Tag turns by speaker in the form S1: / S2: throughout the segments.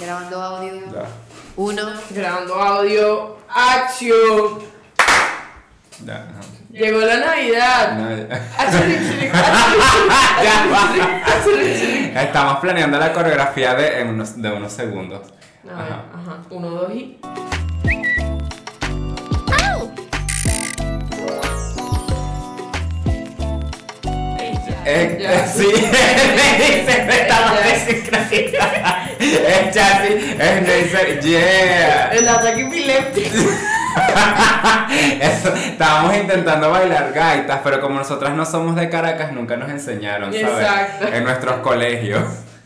S1: Grabando audio.
S2: Ya,
S1: Uno.
S3: Grabando audio. ¡Acción!
S2: ya, no.
S3: Llegó la Navidad.
S2: No, ya.
S3: Acción, acción, acción, acción, acción.
S2: Estamos planeando la coreografía de, en unos, de unos segundos.
S3: A ver,
S2: Ajá.
S3: ajá. Uno, dos y.
S2: Eh,
S3: Ya.
S2: eh, sí, estamos
S3: Ya.
S2: desincronizando. Es Chassis, es Neisser, yeah.
S3: El ataque epiléptico.
S2: Eso, estábamos intentando bailar gaitas, pero como nosotras no somos de Caracas, nunca nos enseñaron, ¿sabes?
S3: Exacto.
S2: En nuestros colegios.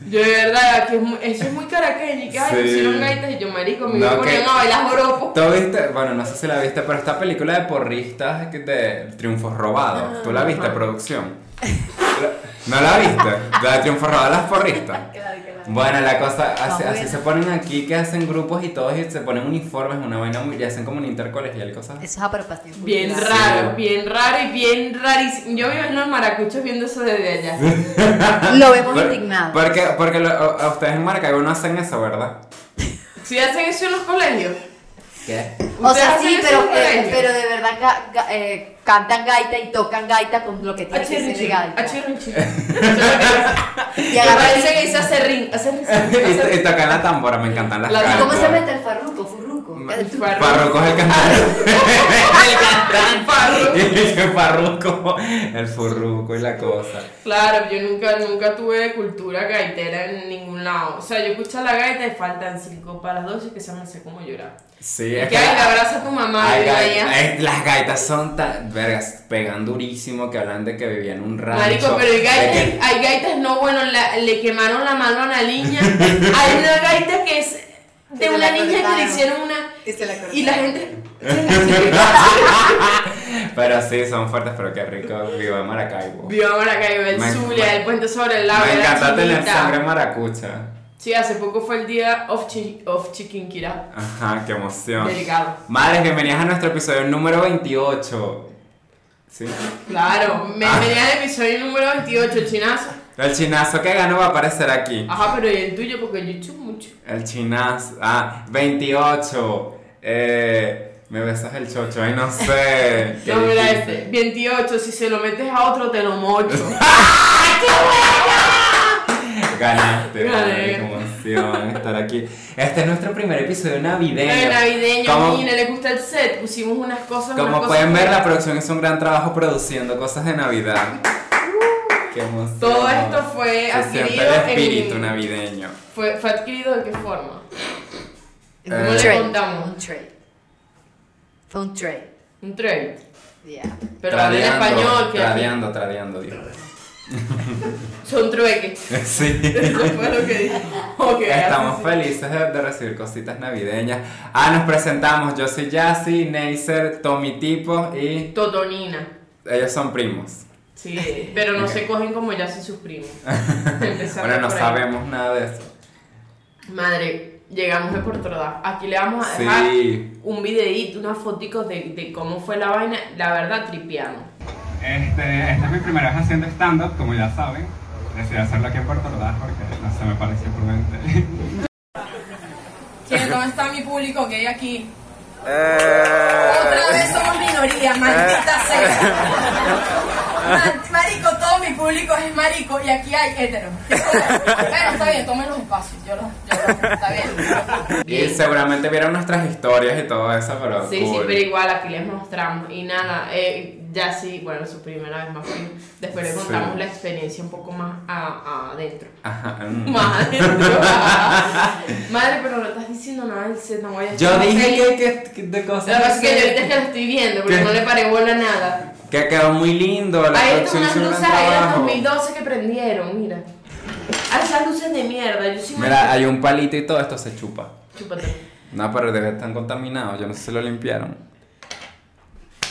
S3: Yo de verdad, que es muy- eso es muy caraqueño. Y que ay,
S2: Sí.
S3: me hicieron gaitas y yo, marico, me
S2: No,
S3: iba
S2: que-
S3: poniendo a bailar joropo.
S2: ¿Tú viste? Bueno, no sé si la viste, pero esta película de porristas que- de Triunfos
S1: Ah,
S2: Robados. ¿Tú la viste,
S3: Ajá.
S2: producción? ¿No la viste? La de Triunfos Robados, las porristas. Bueno, la cosa, así,
S1: Está
S2: así
S1: buena.
S2: se ponen aquí, que hacen grupos y todos y se ponen uniformes, una vaina muy, y hacen como un intercolegial y cosas. así.
S1: Eso es apropiación.
S3: Bien
S1: cultural.
S3: raro, bien raro y bien rarísimo. Yo me imagino los maracuchos viendo eso desde allá.
S1: Lo vemos
S2: Por-
S1: indignado.
S2: Porque, porque lo- a a ustedes en Maracaibo no hacen eso, ¿verdad?
S3: Si hacen eso en los colegios.
S2: ¿Qué?
S1: O sea,
S3: Ustedes
S1: sí,
S3: hacen eso
S1: pero,
S3: en los
S1: eh,
S3: colegios.
S1: pero de verdad ga- ga- eh, cantan gaita y tocan gaita con lo que tiene que ser
S3: Achirrinchi,
S1: gaita.
S3: achirrinchi.
S1: Y
S3: Me
S1: agarran-
S3: parece que dice acerrín, acerrín,
S2: y, y
S3: acerrín.
S2: tocan la tambora, me encantan las
S3: La-
S1: ¿Y cómo se
S2: cantoras.
S1: mete el farruco? Furruco.
S2: Ma-
S1: Eh, tú-
S3: Farruco.
S2: Farruco es el cantante. el
S3: Farruco.
S2: cantante. el farruco, el furruco y la cosa.
S3: Claro, yo nunca, nunca tuve cultura gaitera en ningún lado. O sea, yo escucho la gaita y faltan cinco para las doce que se me sé cómo llorar.
S2: Sí,
S3: Y
S2: es
S3: que ay, le abraza a tu mamá
S2: Ay,
S3: y yo
S2: gai-
S3: ahí, ah.
S2: ay, las gaitas son tan vergas, pegan durísimo que hablan de que vivían en un rancho.
S3: Marico, pero hay
S2: de
S3: gaitas,
S2: que-
S3: hay gaitas no, bueno, la- le quemaron la mano a una niña. Hay una gaita que es
S1: Que
S3: de
S1: se
S3: una
S1: la
S3: niña que le
S1: cortaron.
S3: hicieron una.
S1: Y se la
S3: Y la gente.
S2: pero sí, son fuertes, pero qué rico. Viva Maracaibo.
S3: Vio ahora que el
S2: Me-
S3: Zulia,
S2: me-
S3: el puente sobre el lago.
S2: Me
S3: la
S2: encanta tener
S3: chinita.
S2: sangre maracucha.
S3: Sí, hace poco fue el día of, chi of Chiquinquirá.
S2: Ajá, qué emoción.
S3: Delicado.
S2: Madres, bienvenidas a nuestro episodio número 28. Sí.
S3: Claro, me
S2: Ah.
S3: venía el episodio número 28, el chinazo.
S2: El chinazo que ganó va a aparecer aquí.
S3: Ajá, pero ¿y el tuyo? Porque yo chupo mucho.
S2: El chinazo. Ah, 28. Eh, me besas el chocho. Ay, no sé. ¿Qué
S3: No, mira,
S2: dijiste?
S3: este, 28, si se lo metes a otro, te lo mocho. este.
S2: Ganaste,
S3: Gané.
S2: qué emoción estar aquí. Este es nuestro primer episodio navideño.
S3: El Este navideño,
S2: Como-
S3: mira, le gusta el set. Pusimos unas cosas. unas
S2: Como
S3: cosas
S2: pueden ver, la
S3: que-
S2: producción hizo un gran trabajo produciendo cosas de Navidad. Qué emoción.
S3: Uh. Todo esto fue
S2: Se siente
S3: adquirido
S2: el espíritu
S3: en-
S2: navideño.
S3: Fue, fue adquirido de qué forma?
S1: No
S2: Eh.
S1: le
S3: Trade.
S1: contamos. Un trade. Fue un trade.
S3: Un trade.
S1: Yeah.
S3: Pero habla en español, que aquí
S2: Tradeando, tradeando, dijo.
S3: son trueques.
S2: Sí.
S3: Eso fue lo que dije. Ok,
S2: Estamos
S3: así sí.
S2: felices de, de recibir cositas navideñas. Ah, nos presentamos. Yo soy Yassi, Neisser, Tommy Tipo y
S3: Totonina.
S2: ellos son primos.
S3: Sí, pero no
S2: Ok.
S3: se cogen como ya sin sus primos. Empezando
S2: Bueno, no
S3: por ahí.
S2: sabemos nada de eso.
S3: Madre, llegamos de Puerto Ordaz. Aquí le vamos a dejar
S2: Sí.
S3: un videíto, unas foticos de, de cómo fue la vaina. La verdad, tripiamos.
S2: Este, esta es mi primera vez haciendo stand-up, como ya saben. Decidí hacerlo aquí en Puerto Ordaz porque no se me pareció prudente.
S4: ¿Quién- ¿Dónde está mi público que hay aquí?
S2: Eh.
S4: Otra vez somos minoría, maldita sea. Ma- Marico, todo mi público es marico y aquí hay hétero. Bueno, está bien, tomen los espacios, yo los, yo los, está bien.
S2: Y seguramente vieron nuestras historias y todo eso, pero.
S3: Sí, sí,
S2: cool.
S3: pero igual aquí les mostramos. Y nada, eh, ya sí, bueno, su primera vez más fino. Después les
S2: Sí.
S3: contamos la experiencia un poco más a- adentro.
S2: Ajá, mm.
S3: Más adentro. Madre, pero no estás diciendo nada del set, no voy a
S2: Yo
S3: estar feliz.
S2: dije que, que de
S3: Lo que
S2: cosas.
S3: pasa es que yo ahorita es que lo estoy viendo, porque
S2: ¿Qué?
S3: no le paré bola a nada.
S2: que quedó muy lindo. La
S3: Ahí
S2: producción
S3: están unas
S2: hizo un
S3: luces
S2: gran
S3: ahí del
S2: trabajo.
S3: 2012 que prendieron, mira. Ah, esas luces de mierda, yo sí me.
S2: Mira, ah. hay un palito y todo esto se chupa.
S3: Chúpate.
S2: No, pero debe estar contaminado. Yo no sé si lo limpiaron.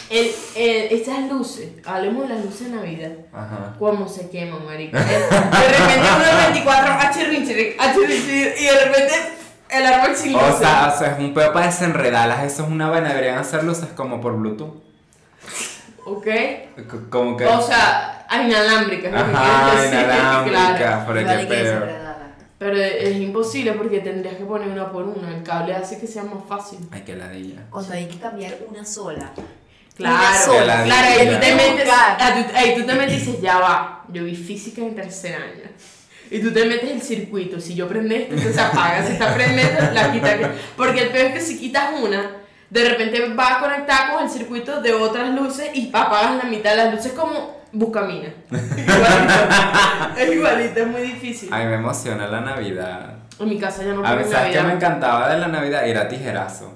S3: El, el, esas luces, hablemos de las luces de Navidad.
S2: Ajá.
S3: ¿Cómo se quema, marica? De repente uno de 24, achirrinchirin, achirrinchirin, y de repente el árbol sin
S2: O
S3: luces.
S2: sea, o sea, es un pedo para desenredarlas. Eso es una vaina. Deberían hacer luces como por Bluetooth.
S3: ¿Ok?
S2: C- Como que.
S3: O sea, inalámbricas. ¿no?
S2: Ajá,
S3: Sí, claro.
S2: inalámbrica, pero
S1: Igual
S2: qué
S1: hay que
S2: pedo.
S1: desenredarla.
S3: Pero es imposible porque tendrías que poner una por una. El cable hace que sea más fácil.
S2: Ay, que ladilla.
S1: Cuando hay que cambiar una sola. Una
S3: Claro,
S1: sola.
S2: La
S3: claro, ahí tú
S2: vida.
S3: te metes,
S1: Buscar.
S3: ah, tú- ahí tú te metes y dices, ya va, yo vi física en tercer año. Y tú te metes el circuito, si yo prendo esto, esto se apaga, si está prendida, la quita. Porque el peor es que si quitas una, de repente va a conectar con el circuito de otras luces y apagas la mitad de las luces como buscamina. Igualito. es igualito, es muy difícil.
S2: A mí me emociona la Navidad.
S3: En mi casa ya no
S2: A
S3: pongo
S2: mí, ¿sabes qué me
S3: Navidad.
S2: encantaba de la Navidad? Era tijerazo.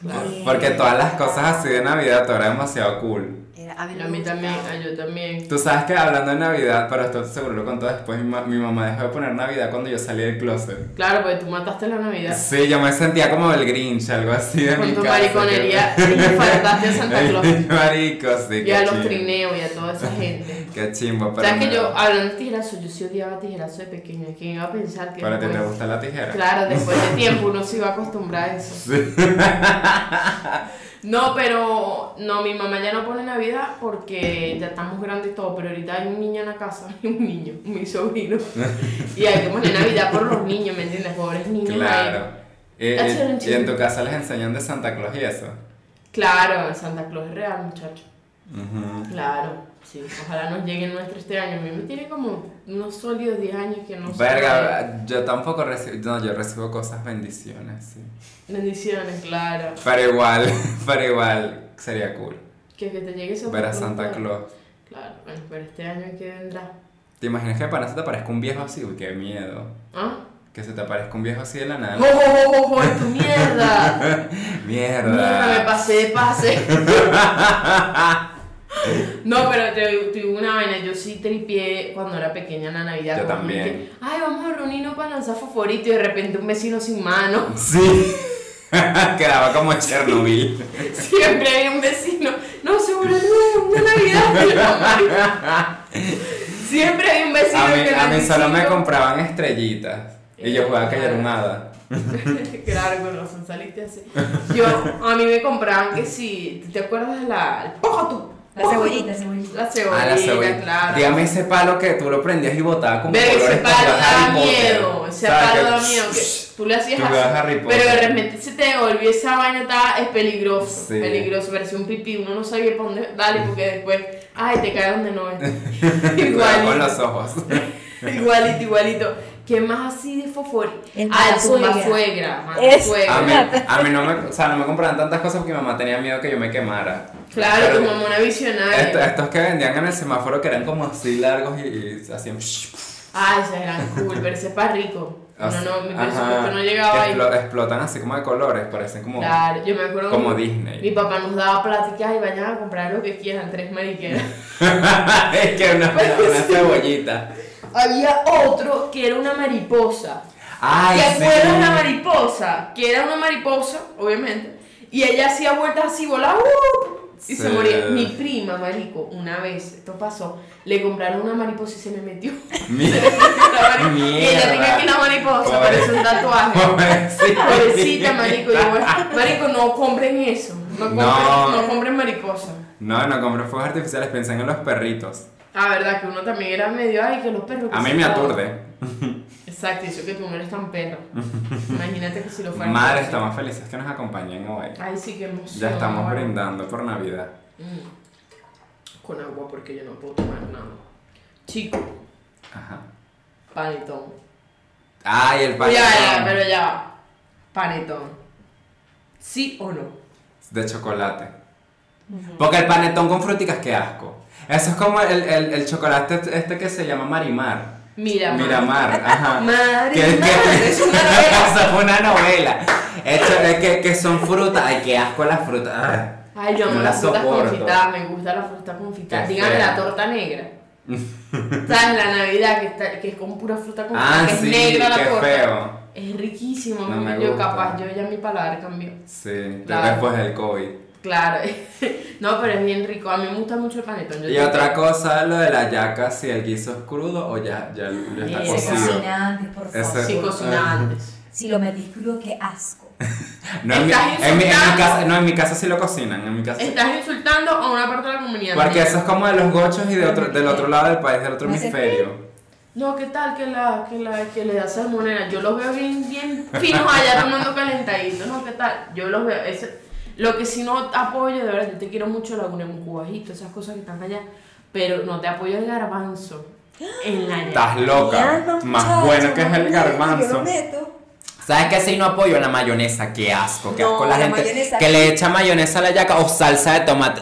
S1: Claro.
S2: Porque todas las cosas así de Navidad, todo era demasiado cool.
S1: Era- a,
S3: A mí también, a yo también.
S2: Tú sabes que hablando de Navidad, pero esto seguro lo contó después, mi, ma- mi mamá dejó de poner Navidad cuando yo salí del closet.
S3: Claro, porque tú mataste la Navidad.
S2: Sí, yo me sentía como el Grinch, algo así de
S3: Con
S2: mi
S3: tu
S2: casa.
S3: mariconería,
S2: que-
S3: y faltaste a Santa Claus.
S2: Ay, Marico, sí,
S3: Y a
S2: qué
S3: los
S2: chimbo.
S3: trineos y a toda esa gente.
S2: Qué chimbo, pero...
S3: ¿Sabes que
S2: me-
S3: yo, ah, hablando de tijerazo, yo sí odiaba tijerazo de pequeña? ¿Quién iba a pensar que
S2: Pero a ti te
S3: después-
S2: gusta la tijera.
S3: Claro, después de tiempo uno se iba a acostumbrar a eso. No, pero no, mi mamá ya no pone Navidad porque ya estamos grandes y todo, pero ahorita hay un niño en la casa, un niño, mi sobrino. Y hay que poner Navidad por los niños, ¿me entiendes? Pobres niños. ahí.
S2: Claro. Y, y-
S3: Hacer un
S2: y
S3: chiste.
S2: en tu casa les enseñan de Santa Claus y eso.
S3: Claro, Santa Claus es real, muchacho.
S2: Ujú.
S3: Claro, sí. Ojalá nos llegue el nuestro este año. A mí me tiene como unos sólidos 10 años que no sé.
S2: Verga, yo tampoco recibo, no, yo recibo cosas bendiciones, sí.
S3: Bendiciones, claro.
S2: Pero igual, pero igual, sería cool
S3: Que, que te llegue ese
S2: ver a
S3: futuro,
S2: Santa
S3: claro.
S2: Claus.
S3: Claro, bueno, pero este año que vendrá.
S2: ¿Te imaginas que para eso te aparezca un viejo así? Uy, qué miedo.
S3: ¿Ah?
S2: Que se te aparezca un viejo así de la
S3: ¡Jo,
S2: nada.
S3: jo, jo, jo, jo! ¡Tu mierda! ¡Mierda, me
S2: Mierda.
S3: pasé de pase! No, pero te, te digo una vaina, yo sí tripié cuando era pequeña en la Navidad.
S2: Yo
S3: como
S2: también.
S3: que, Ay, vamos a reunirnos para lanzar fosforito y de repente un vecino sin mano.
S2: Sí. Quedaba como Chernobyl.
S3: Siempre hay un vecino. No, seguro no es una Navidad. mi mamá. Siempre hay un vecino
S2: A mí,
S3: que el
S2: a mí solo me
S3: 25
S2: compraban estrellitas. Y yo jugaba a que yo era un hada.
S3: Claro, con razón saliste así. Yo, a mí me compraban que si. ¿Te acuerdas de la. ¡Poja tú!
S1: La
S3: ¡Poja tú!
S1: cebollita, cebollita.
S3: La
S2: Ah, la
S3: cebollita,
S2: cebolla.
S3: claro.
S2: Dígame ese palo que tú lo prendías y botabas como
S3: Verga, ese
S2: colores
S3: palo
S2: para
S3: da
S2: Harry Potter.
S3: miedo, ese
S2: ¿Sabes?
S3: palo
S2: Que-
S3: da miedo, que tú le hacías
S2: Tú le
S3: así,
S2: das Harry Potter.
S3: pero de repente se te devolvió esa vaina, estaba, es peligroso,
S2: Sí.
S3: peligroso, parecía un pipí, uno no sabía por dónde, dale, porque después, ay, te cae donde no es,
S2: Cuidado con
S3: igualito,
S2: los ojos.
S3: igualito, igualito, ¿qué más así de fosfor?
S1: El
S3: Ah,
S1: mala
S3: tu mamá
S1: suegra.
S3: suegra, mala
S1: Es-
S3: suegra.
S2: A mí, a mí no me, o sea, no me compraban tantas cosas porque mi mamá tenía miedo que yo me quemara.
S3: Claro,
S2: Pero
S3: tu mamá una visionaria.
S2: esto- estos que vendían en el semáforo que eran como así largos y, y hacían.
S3: Ay, esas eran cool, pero ese es para rico. No,
S2: así-
S3: no, mi
S2: ajá,
S3: presupuesto no llegaba
S2: que
S3: ahí.
S2: explo- explotan así como de colores, parecen como.
S3: Claro, yo me acuerdo
S2: como
S3: mi-
S2: Disney.
S3: Mi papá nos daba pláticas y vayan a comprar lo que quieran, tres mariqueras.
S2: es que una,
S3: Pues,
S2: una, una cebollita.
S3: Había otro que era una mariposa.
S2: Ay,
S3: ¿Te
S2: sí.
S3: acuerdas la mariposa? Que era una mariposa, obviamente. Y ella hacía vueltas así, volaba. ¡uh! Y se
S2: Sí.
S3: moría. Mi prima, marico, una vez, esto pasó, le compraron una mariposa y se le metió.
S2: Mi-
S3: Una mari- y ella
S2: Mierda.
S3: tenía aquí una mariposa,
S2: Pobre-
S3: parece un tatuaje.
S2: Pobrecita.
S3: Pobrecita, marico, yo, marico, no compren eso. No compren, no.
S2: No.
S3: compren mariposa.
S2: No, no compré fuegos artificiales, piensen en los perritos.
S3: Ah, verdad, que uno también era medio, ay, que los perros. que
S2: A mí
S3: se
S2: me
S3: jodan.
S2: aturde.
S3: Exacto, eso que tú no eres tan perro. Imagínate que si lo fueras.
S2: Madre,
S3: así.
S2: estamos felices que nos acompañen hoy.
S3: Ay, sí, que emoción.
S2: Ya estamos brindando por Navidad.
S3: Mm. Con agua, porque yo no puedo tomar nada. Chico,
S2: Ajá.
S3: panetón.
S2: Ay, el
S3: Ya, ya,
S2: pastel
S3: pero ya va. Panetón. ¿Sí o no?
S2: de chocolate. Porque el panetón con fruticas, qué asco. Eso es como el, el- el chocolate este que se llama Marimar.
S3: Mira, ma.
S2: Miramar, ajá.
S3: Marimar,
S2: Que- que-
S3: es una novela.
S2: Eso fue una novela. Esto es que, que son frutas. Ay, qué asco las frutas. Ah.
S3: Ay, yo amo
S2: No
S3: las
S2: la
S3: frutas
S2: soporto.
S3: confitadas, me gusta la fruta confitada.
S2: Qué
S3: Dígame
S2: fea.
S3: la torta negra. ¿Sabes? La Navidad que, está- que es con pura fruta confitada,
S2: Ah,
S3: que
S2: sí,
S3: es negra la
S2: qué
S3: torta.
S2: feo.
S3: Es riquísimo,
S2: No me
S3: yo
S2: gusta.
S3: capaz, yo ya mi paladar cambió.
S2: Sí,
S3: Claro.
S2: después del COVID.
S3: Claro, no, pero es bien rico, a mí me gusta mucho el panetón. Yo
S2: Y
S3: te-
S2: otra cosa, lo de la yaca, si el guiso es crudo o ya, ya, ya está
S3: Mira,
S1: Se
S2: cocido.
S1: cocina antes, por
S2: Ese-
S1: favor.
S3: Sí, cocina antes.
S1: Si lo metís crudo, qué asco.
S2: No en, mi,
S3: Estás
S2: en mi- en mi
S3: insultando.
S2: casa, no, en mi casa sí lo cocinan, en mi casa sí.
S3: Estás insultando a una parte de la comunidad.
S2: Porque eso es como de los gochos y de otro, del otro lado del país, del otro
S1: No sé.
S2: hemisferio.
S3: No, ¿qué tal que la que la que le da salmonera? Yo los veo bien bien finos allá tomando calentaditos. No, ¿qué tal? Yo los veo eso- lo que si no apoyo, de verdad, yo te quiero mucho la un cubajito, esas cosas que están allá, pero no te apoyo el garbanzo en la
S2: Estás loca. Más bueno que es el garbanzo. ¿Sabes qué? Si no apoyo la mayonesa, qué asco, qué
S5: No,
S2: asco la,
S5: la
S2: gente
S5: mayonesa.
S2: que le echa mayonesa a la yaca o salsa de tomate.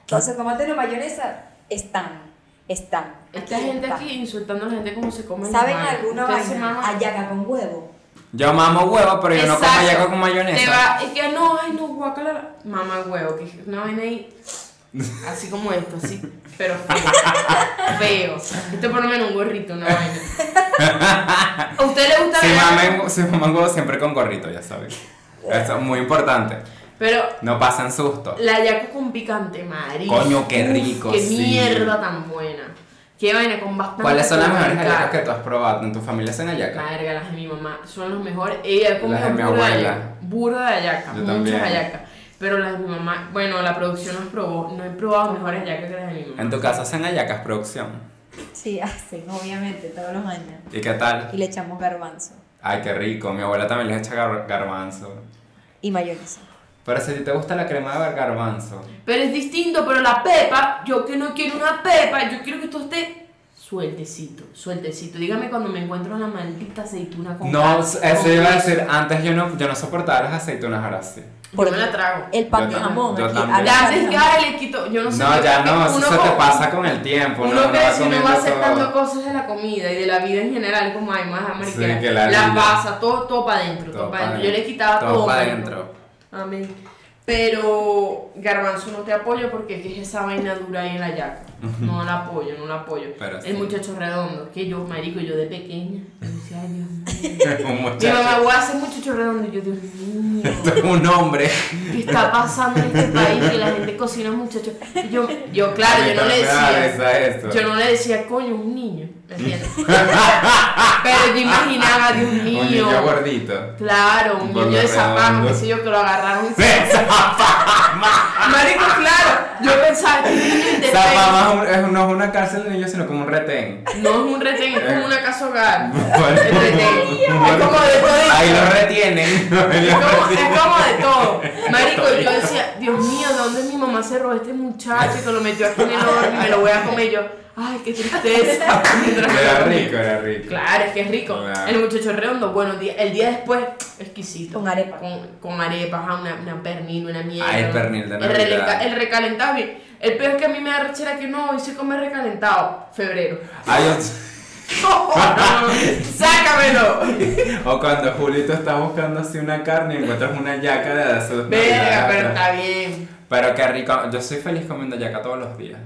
S5: Entonces, tomate la mayonesa, están, están.
S3: Esta gente
S5: está.
S3: aquí insultando a la gente como se come
S5: ¿Saben
S3: animales.
S5: alguna
S3: Ustedes se
S5: vaina?
S3: maman-
S5: Ayaca con huevo.
S2: Yo mamo huevo, pero yo no como
S3: Exacto.
S2: yaca con
S3: Te
S2: mayonesa.
S3: va, es que no, ay no, guacala. Mamá huevo, que es una vaina ahí. Así como esto, así. Pero feo. feo. Esto por lo menos un gorrito, una vaina. ¿A usted le gusta
S2: Se
S3: la-
S2: maman, se maman huevo siempre con gorrito, ya sabes. Eso es muy importante.
S3: Pero
S2: No pasan susto.
S3: la yaco con picante, marico.
S2: Coño, qué
S3: Uf,
S2: rico,
S3: Qué
S2: sí.
S3: mierda tan buena. Qué vaina con bastante.
S2: ¿Cuáles son las mejores
S3: picante.
S2: hallacas que tú has probado? ¿En tu familia hacen hallacas?
S3: Verga, las de mi mamá son las mejores. Ella comió
S2: Las de mi
S3: burro de
S2: abuela.
S3: hallaca, burro de hallaca,
S2: Yo
S3: muchas
S2: también.
S3: hallacas. Pero las de mi mamá, bueno, la producción nos probó, no he probado mejores hallacas que las de mi mamá.
S2: En tu casa hacen hallacas, producción.
S5: Sí, hacen, obviamente, todos los años.
S2: ¿Y qué tal?
S5: Y le echamos garbanzo
S2: Ay, qué rico. Mi abuela también les echa gar- garbanzo.
S5: y mayonesa.
S2: Pero si a ti te gusta la crema de garbanzo.
S3: Pero es distinto, pero la pepa, yo que no quiero una pepa, yo quiero que esto esté sueltecito, sueltecito. Dígame cuando me encuentro una maldita aceituna con
S2: No,
S3: cal-
S2: eso
S3: con
S2: iba a
S3: queso.
S2: decir, antes yo no, yo no soportaba las aceitunas ahora sí.
S3: Yo me la trago.
S5: El pan de
S2: Yo tam-
S5: jamón.
S2: yo
S5: aquí,
S2: también.
S5: habla
S3: Ya
S5: pan de
S3: antes que
S5: jamón.
S3: ay, le quito, yo no sé.
S2: No,
S3: yo
S2: ya
S3: creo
S2: no,
S3: que
S2: eso
S3: uno
S2: se te
S3: con-
S2: pasa con el tiempo. Uno,
S3: Uno
S2: no va
S3: crece y uno
S2: comiendo
S3: va aceptando
S2: todo.
S3: cosas de la comida y de la vida en general, como hay más americana.
S2: Sí, que la vida.
S3: pasa, todo, todo para adentro, todo,
S2: Todo
S3: para
S2: pa'
S3: adentro. Yo le
S2: dentro,
S3: quitaba todo.
S2: todo pa'
S3: pa'
S2: dentro.
S3: Amén. Pero Garbanzo no te apoyo porque ¿qué es esa vaina dura ahí en la yaca. No la apoyo, no la apoyo.
S2: Pero
S3: el
S2: sí.
S3: muchacho redondo, que yo, marico, yo de pequeña, yo decía, ay Dios mío.
S2: Un
S3: Mi mamá,
S2: muchacho.
S3: voy a hacer muchacho redondo. Y yo, Dios mío.
S2: Esto es un hombre.
S3: ¿Qué está pasando en este país? Que la gente cocina muchachos. Y Yo, yo claro, yo no le
S2: Claro,
S3: decía.
S2: esa es esto.
S3: Yo no le decía, coño, un niño, ¿me entiendes? Pero yo imaginaba, Dios mío.
S2: Un niño gordito.
S3: Claro, un
S2: Gordo
S3: niño de zapato,
S2: redondo.
S3: qué sé yo, que lo agarraron. Marico, claro, yo pensaba que un niño indefenso.
S2: Zapama es un- no es una cárcel de niños, sino como un retén.
S3: No es un retén, es como una casa hogar.
S2: Bueno,
S3: Es retén. Es como de todo.
S2: Ahí lo retienen. Ahí
S3: Es
S2: lo
S3: como,
S2: retienen.
S3: es como de todo. Marico, yo decía, Dios mío, ¿de dónde mi mamá se robó a este muchacho que lo metió aquí en el horno y me lo voy a comer? Yo, ay, qué tristeza.
S2: Era rico, era rico.
S3: Claro, es que es rico.
S2: Claro.
S3: El muchacho redondo, bueno, di- el día después, exquisito.
S5: Con arepa.
S3: Con, con arepas, ajá, una, una pernil, una mierda.
S2: Ah, el pernil de
S3: El
S2: Navidad.
S3: relenca- El, recalentado. y El peor es que a mí me da rechera que no, hoy se come recalentado. Febrero.
S2: Hay otro-
S3: ¡Sácamelo!
S2: O cuando Julito está buscando así una carne y encuentras una yaca de hace dos
S3: Verga,
S2: navidades
S3: pero
S2: atrás.
S3: está bien.
S2: Pero qué rico. Yo soy feliz comiendo yaca todos los días.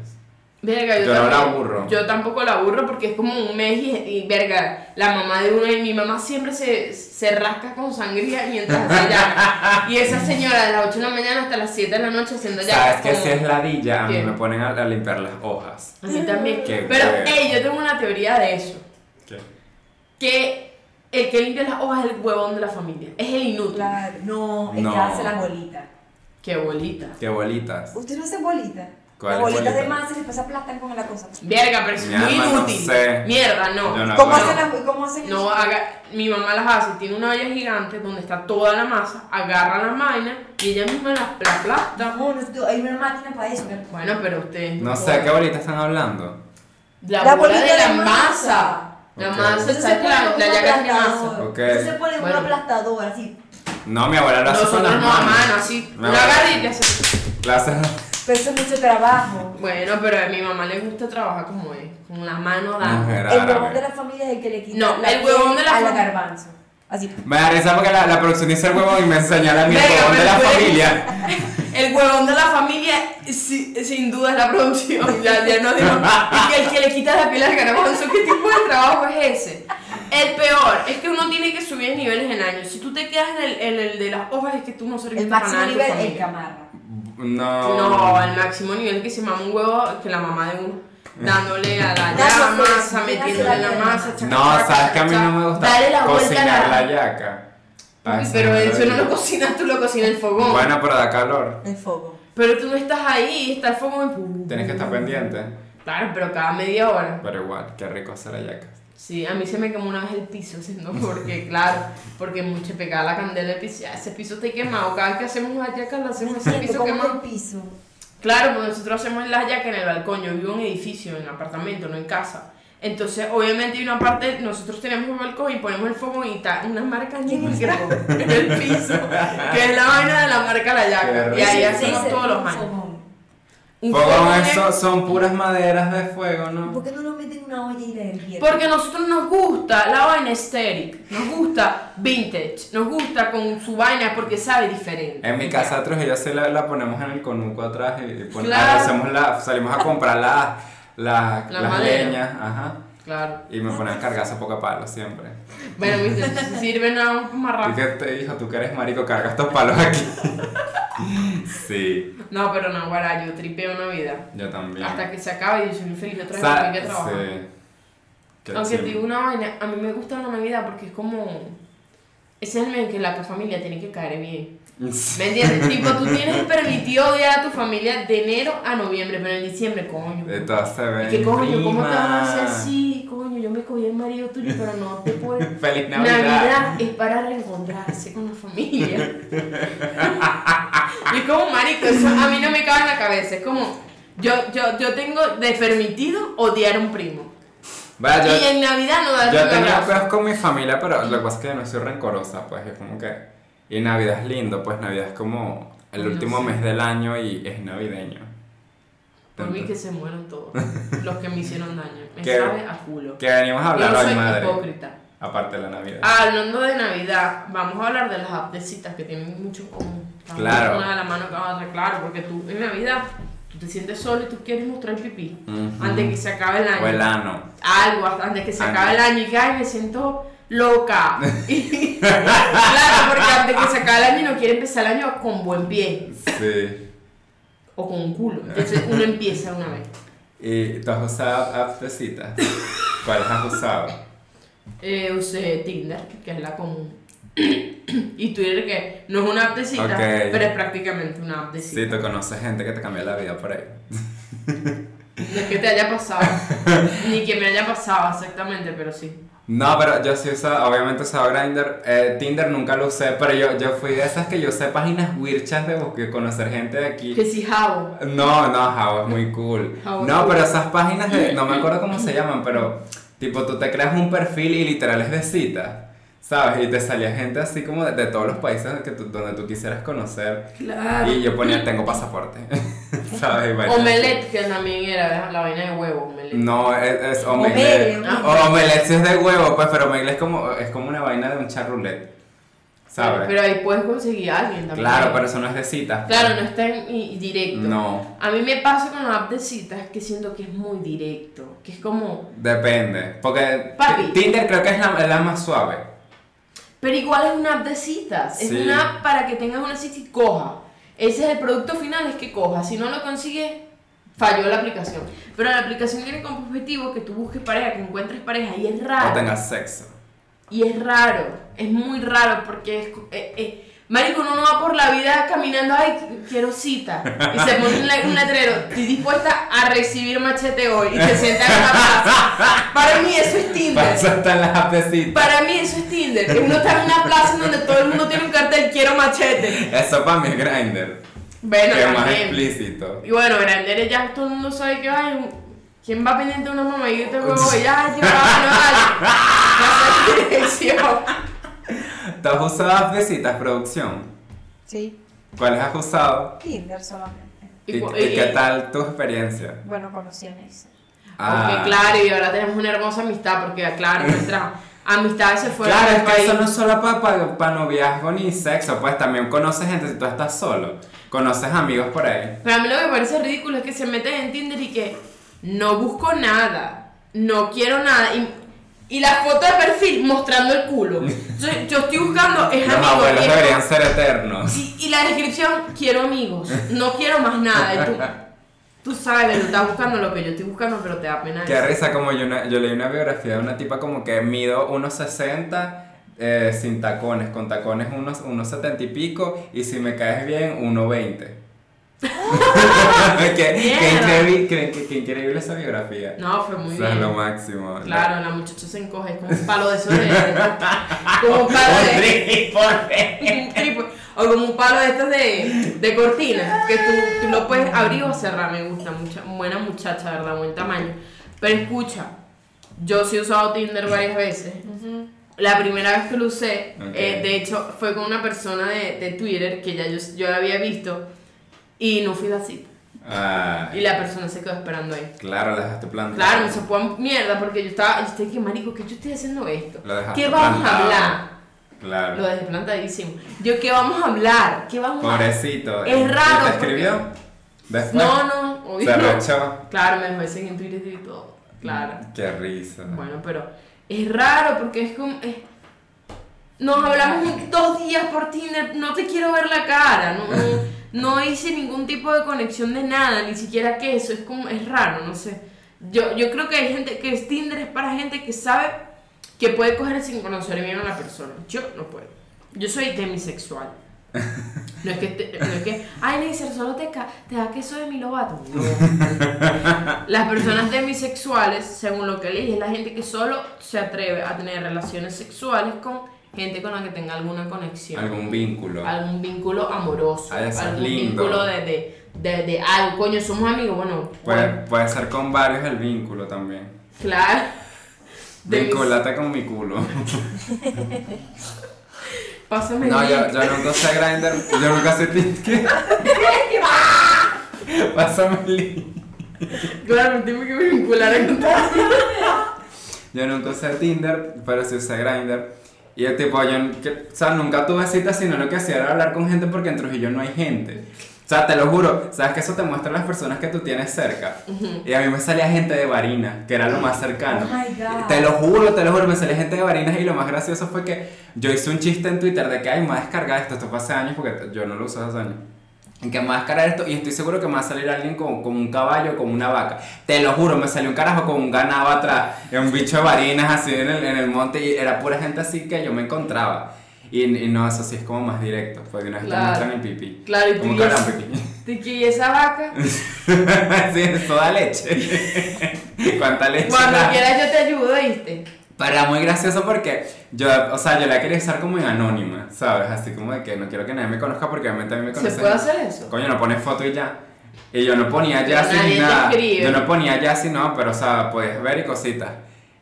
S3: Verga, yo,
S2: Yo no la
S3: tampoco-
S2: aburro.
S3: Yo tampoco la aburro porque es como un mes y, y, verga, la mamá de uno y mi mamá siempre se, se rasca con sangría mientras hace yaca. Y esa señora de las 8 de la mañana hasta las 7 de la noche haciendo yaca.
S2: Sabes que
S3: con-
S2: si es ladilla, a mí
S3: ¿Qué?
S2: me ponen a, a limpiar las hojas.
S3: A mí también.
S2: Qué
S3: Pero,
S2: hueva.
S3: ey, yo tengo una teoría de eso.
S2: ¿Qué?
S3: Que el que limpia las hojas es el huevón de la familia. Es el inútil.
S5: Claro, no, es
S2: No.
S5: que hace las bolitas.
S3: Qué bolita.
S2: Qué bolitas.
S5: ¿Ustedes no hacen bolitas?
S2: ¿Cuál
S5: Las
S2: es
S5: bolitas de
S2: bolita?
S5: masa y después aplastan con la cosa.
S3: Verga, pero es
S2: Mi
S3: muy
S2: alma, no
S3: inútil.
S2: sé.
S3: Mierda, no.
S2: Yo no
S5: ¿Cómo
S2: acuerdo.
S5: hacen las cómo hacen
S3: No, ah. haga, mi mamá las hace, tiene una olla gigante donde está toda la masa, agarra las vainas y ella misma las pla- aplasta.
S5: No, no, tú- hay una máquina para eso. ¿verdad?
S3: Bueno, pero ustedes.
S2: No sé, ¿qué bolitas están hablando?
S3: La,
S5: La
S3: bola
S5: bolita
S3: de la
S5: de
S3: masa. La
S2: Ok.
S3: masa
S5: Entonces
S3: está
S5: se pone
S3: la,
S5: con
S3: la
S5: un
S3: llaga tiene
S5: aplastador.
S3: masa.
S2: Ok.
S5: Entonces se pone con
S3: Bueno.
S5: un aplastador así.
S2: No, mi abuela lo hace con
S3: Nosotros
S2: las
S3: no a
S2: manos.
S3: mano, así.
S2: Mi
S3: La
S2: abuela-
S3: agarra y le hace.
S2: lo hace-
S5: Pero eso es mucho trabajo.
S3: Bueno, pero a mi mamá le gusta trabajar como es, con la mano dando.
S2: Mujer
S5: El huevón de
S2: árabe.
S5: la familia es el que le quita
S3: No,
S5: la
S3: el huevón
S5: piel
S3: de la
S5: a la
S3: familia.
S5: garbanzo. Así.
S2: Me da risa porque la, la producción hizo el huevón y me señala a mí el
S3: Venga, pues,
S2: huevón de
S3: pero
S2: la
S3: tú eres-
S2: familia.
S3: El huevón de la familia, si- sin duda, es la producción. Ya, ya no digo. Y que el que le quita la piel al garbanzo, ¿qué tipo de trabajo es ese? El peor es que uno tiene que subir niveles en años. Si tú te quedas en el, en el de las hojas, es que tú no serviste
S5: El
S3: para
S5: máximo
S3: nada. en tu
S5: nivel es
S3: familia.
S5: camarra.
S2: No.
S3: No, el máximo nivel que se mama un huevo que la mamá de uno. Dándole a la
S5: Dale,
S3: llama,
S5: pues,
S3: masa,
S5: dale,
S3: metiéndole la
S5: dale.
S3: masa, chaca,
S2: No,
S3: chaca,
S2: sabes que a mí no me gusta
S3: Dale la vuelta a la-
S2: cocinar la yaca. Ah,
S3: Pero
S2: me
S3: eso no lo
S2: duele.
S3: cocinas tú, lo cocina el fogón.
S2: Bueno, pero da calor.
S5: El fuego.
S3: Pero tú no estás ahí, está el fogón. y-
S2: Tienes que estar pendiente.
S3: Claro, pero cada media hora.
S2: Pero igual, qué rico hacer hallacas.
S3: Sí, a mí se me quemó una vez el piso, siendo porque, claro, porque mucho pegaba la candela del piso, ya, ese piso está quemado, cada vez que hacemos una hallaca, lo hacemos ese piso
S5: el
S3: quemado.
S5: piso.
S3: Claro, porque nosotros hacemos la hallaca en el balcón, yo vivo en edificio, en apartamento, no en casa. Entonces, obviamente, hay una parte, nosotros tenemos un balcón y ponemos el fuego y está una marca negra en el piso, que es la vaina de la marca la hallaca.
S2: Qué
S3: Y ahí
S2: rico.
S3: hacemos todos los años. Un fogón
S2: Fogón
S3: es-
S2: eso son puras maderas de fuego, ¿no?
S5: ¿Por qué no lo meten en una olla y le hirviendo?
S3: Porque a nosotros nos gusta la vaina estéril, nos gusta vintage, nos gusta con su vaina porque sabe diferente.
S2: En mi casa atrás ella se la, la ponemos en el conuco atrás y, y pon-
S3: Claro.
S2: hacemos la, salimos a comprar las, las,
S3: La
S2: las
S3: madera.
S2: leñas, ajá.
S3: Claro.
S2: Y me ponen cargazo poca palo siempre.
S3: Bueno, viste, entonces sirven a un
S2: Y
S3: marrano.
S2: que te hijo, tú que eres marico, carga estos palos aquí. sí,
S3: No, pero no, guará, yo tripeo una vida.
S2: yo también.
S3: Hasta que se acabe y yo soy feliz otra vez
S2: Sa-
S3: tengo que trabajar.
S2: sí. Qué
S3: Aunque te
S2: chimbo.
S3: digo una vaina, a mí me gusta la Navidad porque es como. Ese es el mes en que la tu familia tiene que caer bien.
S2: Sí.
S3: ¿Me entiendes? tipo, tú tienes permitido odiar a tu familia de enero a noviembre, pero en diciembre, coño.
S2: De todas se ven.
S3: Y que coño, ¿cómo te
S2: primas.
S3: vas a hacer así? Coño, yo me cogí el marido tuyo, pero no te puedo.
S2: Feliz Navidad.
S3: Navidad. es para reencontrarse con la familia. y es como, marico, eso a mí no me cabe en la cabeza. Es como, yo, yo, yo tengo de permitido odiar a un primo.
S2: Vaya, Ah, yo-
S3: y en Navidad no dar
S2: Yo
S3: un
S2: tenía
S3: abrazo.
S2: peos con mi familia, pero lo que pasa es que yo no soy rencorosa, pues es como que... Y Navidad es lindo, pues Navidad es como el
S3: No
S2: último
S3: sé.
S2: mes del año y es navideño.
S3: Por mí que se mueran todos los que me hicieron daño. Me
S2: ¿Qué?
S3: sabe a culo.
S2: Que venimos a
S3: Yo
S2: hablar
S3: no
S2: hoy,
S3: soy
S2: madre.
S3: hipócrita.
S2: Aparte de la Navidad.
S3: Hablando de Navidad, vamos a hablar de las app de citas que tienen mucho en común. Vamos
S2: Claro.
S3: Una de la mano que va a otra, claro, porque tú en Navidad tú te sientes solo y tú quieres mostrar el pipí
S2: Ujú.
S3: antes que se acabe el año.
S2: O el ano.
S3: Algo, hasta antes que se
S2: Ano.
S3: acabe el año y que ay, me siento loca. Y- claro, porque antes que se acabe el año no quiere empezar el año con buen pie
S2: Sí.
S3: o con un culo. Entonces uno empieza una vez.
S2: ¿Y tú has usado apps de citas? ¿Cuáles has usado?
S3: Eh, usé Tinder, que es la común. y Twitter, que no es una app de cita,
S2: Ok.
S3: pero es prácticamente una app de cita.
S2: Sí, tú conoces gente que te cambia la vida por ahí.
S3: No es que te haya pasado, ni que me haya pasado exactamente, pero sí.
S2: No, pero yo sí usaba, obviamente usaba Grindr. Eh, Tinder nunca lo usé, pero yo, yo fui de esas que yo usé páginas wirchas de buscar conocer gente de aquí.
S3: Que si jabo.
S2: No, no, Java es muy cool.
S3: Java es
S2: no,
S3: cool.
S2: pero esas páginas de. No me acuerdo cómo se llaman, pero. Tipo, tú te creas un perfil y literal es de cita. ¿Sabes? Y te salía gente así como de, de todos los países que tú- donde tú quisieras conocer.
S3: Claro.
S2: Y yo ponía, tengo pasaporte. ¿Sabes? Y vaina.
S3: Omelette, que también era la vaina de huevo, omelette.
S2: No, es, es
S5: Omelette,
S2: omelette.
S5: omelette.
S2: O omelette sí es de huevo, pues, pero omelette es como, es como una vaina de un chat roulette. ¿Sabes?
S3: Pero ahí puedes conseguir a alguien también.
S2: claro, pero eso no es de cita.
S3: Claro, no está en i- directo.
S2: No,
S3: A mí me pasa con la app de citas que siento que es muy directo, que es como...
S2: depende. Porque
S3: Papi.
S2: Tinder creo que es la, la más suave.
S3: Pero igual es una app de citas, es
S2: Sí.
S3: una app para que tengas una cita y coja. Ese es el producto final, es que coja. Si no lo consigues, falló la aplicación. Pero la aplicación tiene como objetivo que tú busques pareja, que encuentres pareja y es
S2: O
S3: raro.
S2: tengas sexo.
S3: Y es raro, es muy raro porque es... co- eh, eh, Marico, uno no va por la vida caminando, ay, quiero cita. Y se pone un, le- un letrero, estoy dispuesta a recibir machete hoy. Y se sienta en una plaza. Para mí eso es Tinder.
S2: Para eso están las apecitas.
S3: Para mí eso es Tinder, que uno está en una plaza en donde todo el mundo tiene un cartel quiero machete.
S2: Eso para mí es Grindr.
S3: Bueno,
S2: que es más
S3: también.
S2: explícito.
S3: Y bueno, Grandere ya todo el mundo sabe que ay, ¿Quién va pendiente de una mamadita de huevo? Ya, ya, no vale. Ya sé la dirección.
S2: ¿Tú has usado apecitas, producción?
S5: Sí,
S2: ¿Cuáles has usado?
S5: Tinder solamente.
S2: ¿Y,
S3: cu-
S2: y qué tal tu experiencia?
S5: Bueno, conocí a Neisa.
S2: Ah.
S3: Porque claro, y ahora tenemos una hermosa amistad, porque ah, claro, nuestras amistades se fueron
S2: Claro,
S3: del
S2: es que
S3: país.
S2: eso no es solo para noviazgo ni sexo, pues también conoces gente si tú estás solo. Conoces amigos por ahí.
S3: Pero a mí lo que me parece ridículo es que se meten en Tinder y que no busco nada, no quiero nada. Y, y la foto de perfil mostrando el culo. Yo, yo estoy buscando, es
S2: Los
S3: amigo.
S2: abuelos
S3: es-
S2: deberían ser eternos.
S3: y, y la descripción, quiero amigos, no quiero más nada. Y tú, tú sabes, tú estás buscando lo que yo estoy buscando, pero te da pena.
S2: Qué risa, como yo, una- yo leí una biografía de una tipa como que mido 1,60 eh, sin tacones, con tacones unos, unos 70 y pico, y si me caes bien, 1,20. qué, qué
S3: Mierda.
S2: increíble, qué- qué- qué increíble esa biografía.
S3: No, fue muy
S2: Eso es
S3: bien.
S2: lo máximo.
S3: Claro, la muchacha se encoge, es como un palo de eso de. como un palo
S2: Un
S3: de.
S2: trípode.
S3: un trípode, o como un palo de estos de, de cortina, que tú, tú lo puedes abrir o cerrar, me gusta, mucha, buena muchacha, ¿verdad? Buen tamaño. Pero escucha, yo sí he usado Tinder varias veces. La primera vez que lo usé,
S2: Ok.
S3: eh, de hecho, fue con una persona de, de Twitter que ya yo, yo la había visto y no fui así.
S2: Ah,
S3: Y la persona se quedó esperando ahí.
S2: claro, la dejaste plantada.
S3: Claro, me sopó a mierda porque yo estaba, yo estoy que marico, ¿qué yo estoy haciendo esto?
S2: Lo dejaste
S3: ¿Qué vamos a
S2: plantado.
S3: hablar?
S2: Claro.
S3: Lo dejé plantadísimo. Yo, ¿qué vamos a hablar? ¿Qué vamos a hablar?
S2: Pobrecito.
S3: Es
S2: ¿Y
S3: raro,
S2: ¿Te
S3: porque-
S2: escribió? Después.
S3: No, no, obvio
S2: Se
S3: no.
S2: arrechó.
S3: Claro, me dejó ese en Twitter y todo. Claro.
S2: Qué risa.
S3: Bueno, pero es raro porque es como. es- Nos hablamos un- dos días por Tinder, no te quiero ver la cara, no, no, no hice ningún tipo de conexión de nada, ni siquiera que eso, es como, es raro, no sé. Yo, yo creo que hay gente que es Tinder es para gente que sabe que puede coger sin conocer bien a la persona. Yo no puedo. Yo soy demisexual. No es que, te- no es que ay, Neisser, solo te, ca- te da queso de mi lobato. No. Las personas demisexuales, según lo que leí, es la gente que solo se atreve a tener relaciones sexuales con gente con la que tenga alguna conexión.
S2: Algún vínculo.
S3: Algún vínculo amoroso.
S2: Ay, eso es
S3: algún
S2: lindo.
S3: vínculo de, de, de, de algo. Coño, somos amigos. Bueno,
S2: Puede, puede ser con varios el vínculo también.
S3: claro. Demis-
S2: Vinculate con mi culo.
S3: Pásame el
S2: No,
S3: link.
S2: yo, yo nunca usé Grindr, yo nunca usé Tinder. Pásame el link.
S3: Claro, dime que me vinculara con
S2: Yo nunca usé Tinder, pero sí usé Grindr. Y el tipo, yo que- o sea, nunca tuve citas, sino lo que hacía era hablar con gente porque en Trujillo no hay gente. O sea, te lo juro, sabes que eso te muestra las personas que tú tienes cerca. Y a mí me salía gente de Barinas, que era lo más cercano.
S5: Oh my God.
S2: Te lo juro, te lo juro, me salía gente de Barinas y lo más gracioso fue que yo hice un chiste en Twitter de que, ay, me va a descargar esto, esto fue hace años porque t- yo no lo uso hace años. En que me va a descargar esto y estoy seguro que me va a salir alguien con, con un caballo, con una vaca. Te lo juro, me salió un carajo con un ganado atrás, un bicho de Barinas así en el, en el monte y era pura gente así que yo me encontraba. Y, y no, eso sí es como más directo, porque una vez
S3: Claro.
S2: te muestran el pipí.
S3: Claro, y tú
S2: Como que
S3: y
S2: hablan
S3: esa-
S2: pipí.
S3: Te que y esa vaca.
S2: sí, es toda leche. ¿Cuánta leche? da?
S3: Cuando quieras yo te ayudo, ¿viste?
S2: Pero era muy gracioso porque yo, o sea, yo la quería usar como en anónima, ¿sabes? Así como de que no quiero que nadie me conozca porque obviamente a mí me
S3: ¿Se
S2: conocen.
S3: puede hacer eso?
S2: Coño, no pones foto y ya. Y yo no ponía ya
S3: Pero nadie
S2: así
S3: te
S2: nada.
S3: escribe.
S2: Yo no ponía ya así, no, pero o sea, podías ver y cositas.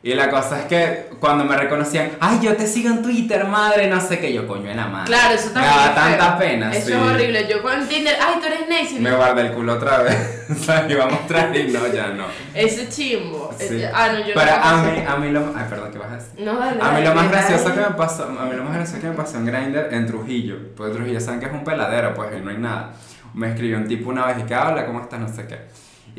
S2: Y la cosa es que cuando me reconocían, ay, yo te sigo en Twitter, madre, no sé qué, yo coño en la madre.
S3: Claro, eso también.
S2: Me daba
S3: es feo.
S2: tanta pena,
S3: Eso
S2: sí.
S3: es horrible. Yo con Tinder, ay, tú eres Nancy.
S2: Me guardé el culo otra vez. o sea, iba a mostrar y no, ya no.
S3: Ese chimbo.
S2: Sí.
S3: Ese- Ah, no, yo
S2: Pero
S3: no.
S2: a mí, a mí lo. Ay, perdón, ¿qué vas a decir?
S3: No, dale,
S2: A mí lo
S3: dale,
S2: más
S3: dale.
S2: gracioso que me pasó, a mí lo más gracioso que me pasó en Grindr en Trujillo, porque Trujillo saben que es un peladero, pues ahí no hay nada. Me escribió un tipo una vez y que habla, ¿cómo estás? No sé qué.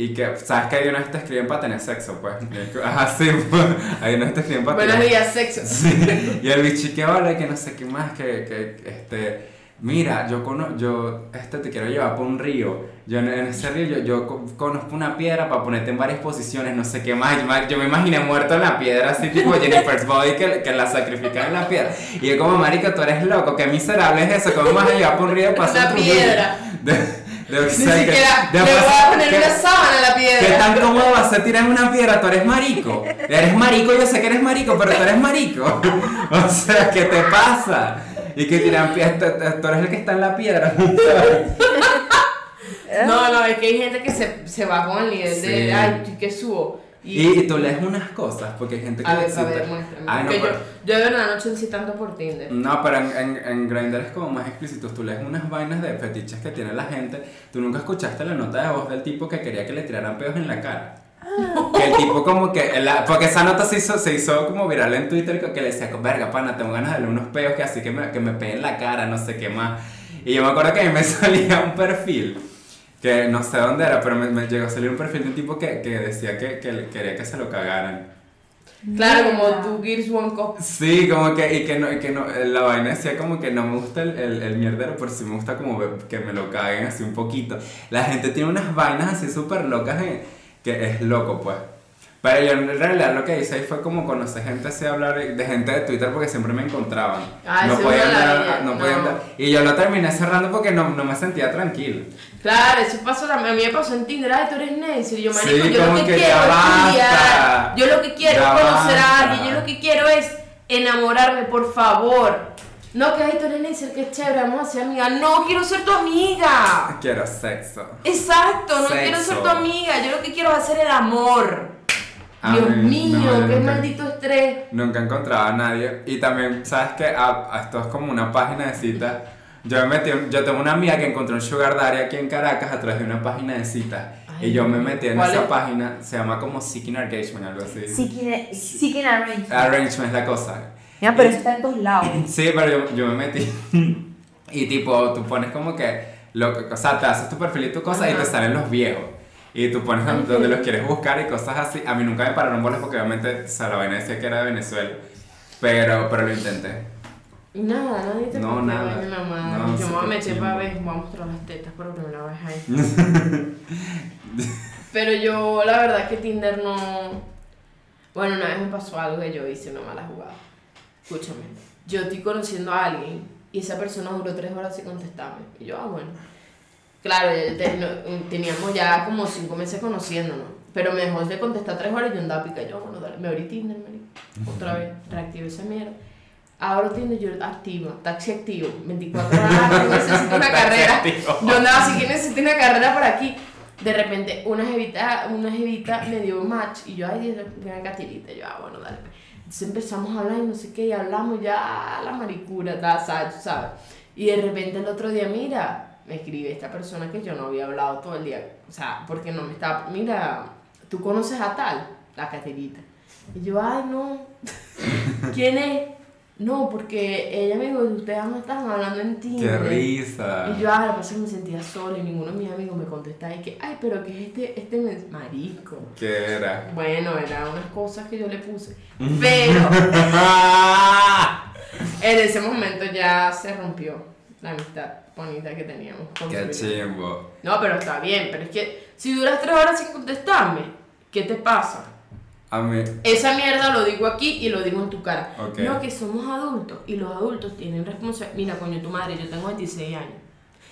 S2: Y que, ¿sabes que hay unos que te escriben para tener sexo? Pues, ajá, sí, pues, hay unos que te escriben para
S3: Buenos
S2: tener
S3: días, sexo.
S2: Sí. Y el bichi que habla que no sé qué más, que, que, que, este, mira, yo cono yo este te quiero llevar por un río. Yo en, en ese río yo, yo co- conozco una piedra para ponerte en varias posiciones, no sé qué más. Yo, me- yo me imaginé muerto en la piedra, así tipo Jennifer's Body que, que la sacrificaron en la piedra. Y yo como, marica, tú eres loco, qué miserable es eso, ¿cómo me vas a llevar por un río para
S3: Una piedra.
S2: De, de,
S3: Ni siquiera le voy
S2: pues,
S3: a poner una sábana a la
S2: ¿Qué
S3: piedra.
S2: tan cómodo vas a tirar una piedra? Tú eres marico. Eres marico, yo sé que eres marico, pero tú eres marico. O sea, ¿qué te pasa? Y que tiran piedras, tú eres el que está en la piedra.
S3: No, no, es que hay gente que se, se va con el nivel
S2: Sí.
S3: de, ay, ¿tú qué subo?
S2: Y, y tú lees unas cosas, porque hay gente que
S3: a
S2: le
S3: ver, a
S2: excita.
S3: ver, muéstrame.
S2: Ay, no,
S3: Que
S2: pero,
S3: yo, yo de verdad no chance tanto por Tinder.
S2: no, pero en, en, en Grindr es como más explícito. Tú lees unas vainas de fetiches que tiene la gente. Tú nunca escuchaste la nota de voz del tipo que quería que le tiraran pedos en la cara. Que el tipo como que, la- porque esa nota se hizo, se hizo como viral en Twitter que, que le decía, verga pana, tengo ganas de darle unos peos que así que me, que me peguen la cara, no sé qué más. Y yo me acuerdo que a mí me salía un perfil, que no sé dónde era, pero me, me llegó a salir un perfil de un tipo que, que decía que, que le- quería que se lo cagaran.
S3: Claro, como tú, Gears One Cop.
S2: Sí, como que, y que no, y que no, eh, la vaina decía como que no me gusta el, el, el mierdero, pero sí me gusta como ve- que me lo caguen así un poquito. La gente tiene unas vainas así súper locas en- que es loco, pues. Pero yo en realidad lo que hice ahí fue como conocer gente así, hablar de gente de Twitter porque siempre me encontraban.
S3: Ay,
S2: no
S3: sí,
S2: podía
S3: Ah, una
S2: hablar,
S3: ladilla,
S2: no podía
S3: no.
S2: hablar. Y yo lo terminé cerrando porque no, no me sentía tranquilo.
S3: Claro, eso pasó también. A mí me pasó en Tinder. Ay, tú eres necio. Y yo,
S2: Sí,
S3: marico, yo lo
S2: como
S3: que,
S2: que
S3: quiero
S2: ya
S3: es
S2: basta.
S3: estudiar. Yo lo que
S2: Ya
S3: quiero es conocer a
S2: basta.
S3: alguien. Yo lo que quiero es enamorarme, por favor. No, que ay, tú eres necio, que es chévere. Vamos a ser amiga. No, quiero ser tu amiga.
S2: Ah, Quiero sexo.
S3: Exacto, no quiero
S2: Sexo.
S3: ser tu amiga. Yo lo que quiero es hacer el amor.
S2: A
S3: Dios
S2: mí, no,
S3: mío,
S2: yo
S3: qué
S2: nunca-
S3: maldito estrés.
S2: Nunca encontraba a nadie. Y también, ¿sabes qué? A- a- esto es como una página de citas. Yo, me metí, yo tengo una amiga que encontró un sugar daddy aquí en Caracas a través de una página de citas.
S3: Ay,
S2: y yo me metí en
S3: ¿cuál
S2: esa
S3: es?
S2: página, se llama como Seeking Engagement, algo así.
S5: Seeking seeking arrangement.
S2: Arrangement es la cosa.
S5: Mira, pero eso está en todos lados.
S2: Sí, pero yo, yo me metí. Y tipo, tú pones como que. Lo, que- o sea, te haces tu perfil y tu cosa y
S3: Ajá.
S2: te salen los viejos. Y tú pones donde, donde los quieres buscar y cosas así. A mí nunca me pararon bolas porque obviamente o sea, la vaina decía que era de Venezuela. Pero, pero lo intenté.
S3: Y nada, nadie te
S2: No,
S3: contó,
S2: nada.
S3: ay, mi mamá.
S2: No,
S3: yo
S2: se
S3: me
S2: te
S3: eché
S2: entiende.
S3: para ver, voy a mostrar las tetas por primera vez ahí. Pero yo, la verdad que Tinder no. Bueno, una vez me pasó algo que yo hice una mala jugada. Escúchame, yo estoy conociendo a alguien y esa persona duró tres horas sin contestarme. Y yo, ah, bueno. Claro, ya te- no- eh, teníamos ya como cinco meses conociéndonos. Pero me dejó de contestar tres horas y yo andaba pica. Yo, "Ah, bueno, dale, me abrí Tinder, marico. Otra vez, reactivo esa mierda. Ahora Tinder, yo activa, taxi activo, 24 horas, yo necesito una
S2: Taxi
S3: carrera.
S2: activo.
S3: Yo andaba así que necesito una carrera por aquí. De repente, una jevita, una jevita me dio un match y yo, ay, Dios, una catirita. Yo, ah, bueno, dale. Entonces empezamos a hablar y no sé qué, y hablamos ya la maricura, ta, sa- tú ¿sabes? Y de repente el otro día, mira, me escribe esta persona que yo no había hablado todo el día. O sea, porque no me estaba, mira, tú conoces a tal, la caterita. Y yo, ay, no. ¿Quién es? No, porque ella me dijo, ustedes no estaban hablando en ti.
S2: ¡Qué risa!
S3: Y yo, ah, la pasé me sentía sola y ninguno de mis amigos me contestaba. Y que, ay, pero que es este, este mes- marico.
S2: ¿Qué era?
S3: Bueno, eran unas cosas que yo le puse. Pero en ese momento ya se rompió la amistad bonita que teníamos.
S2: ¡Qué
S3: construida.
S2: chimbo!
S3: No, pero está bien, pero es que si duras tres horas sin contestarme, ¿qué te pasa?
S2: A mí.
S3: Esa mierda lo digo aquí y lo digo en tu cara.
S2: Ok.
S3: No, que somos adultos y los adultos tienen responsabilidad. Mira, coño, tu madre, yo tengo 26 años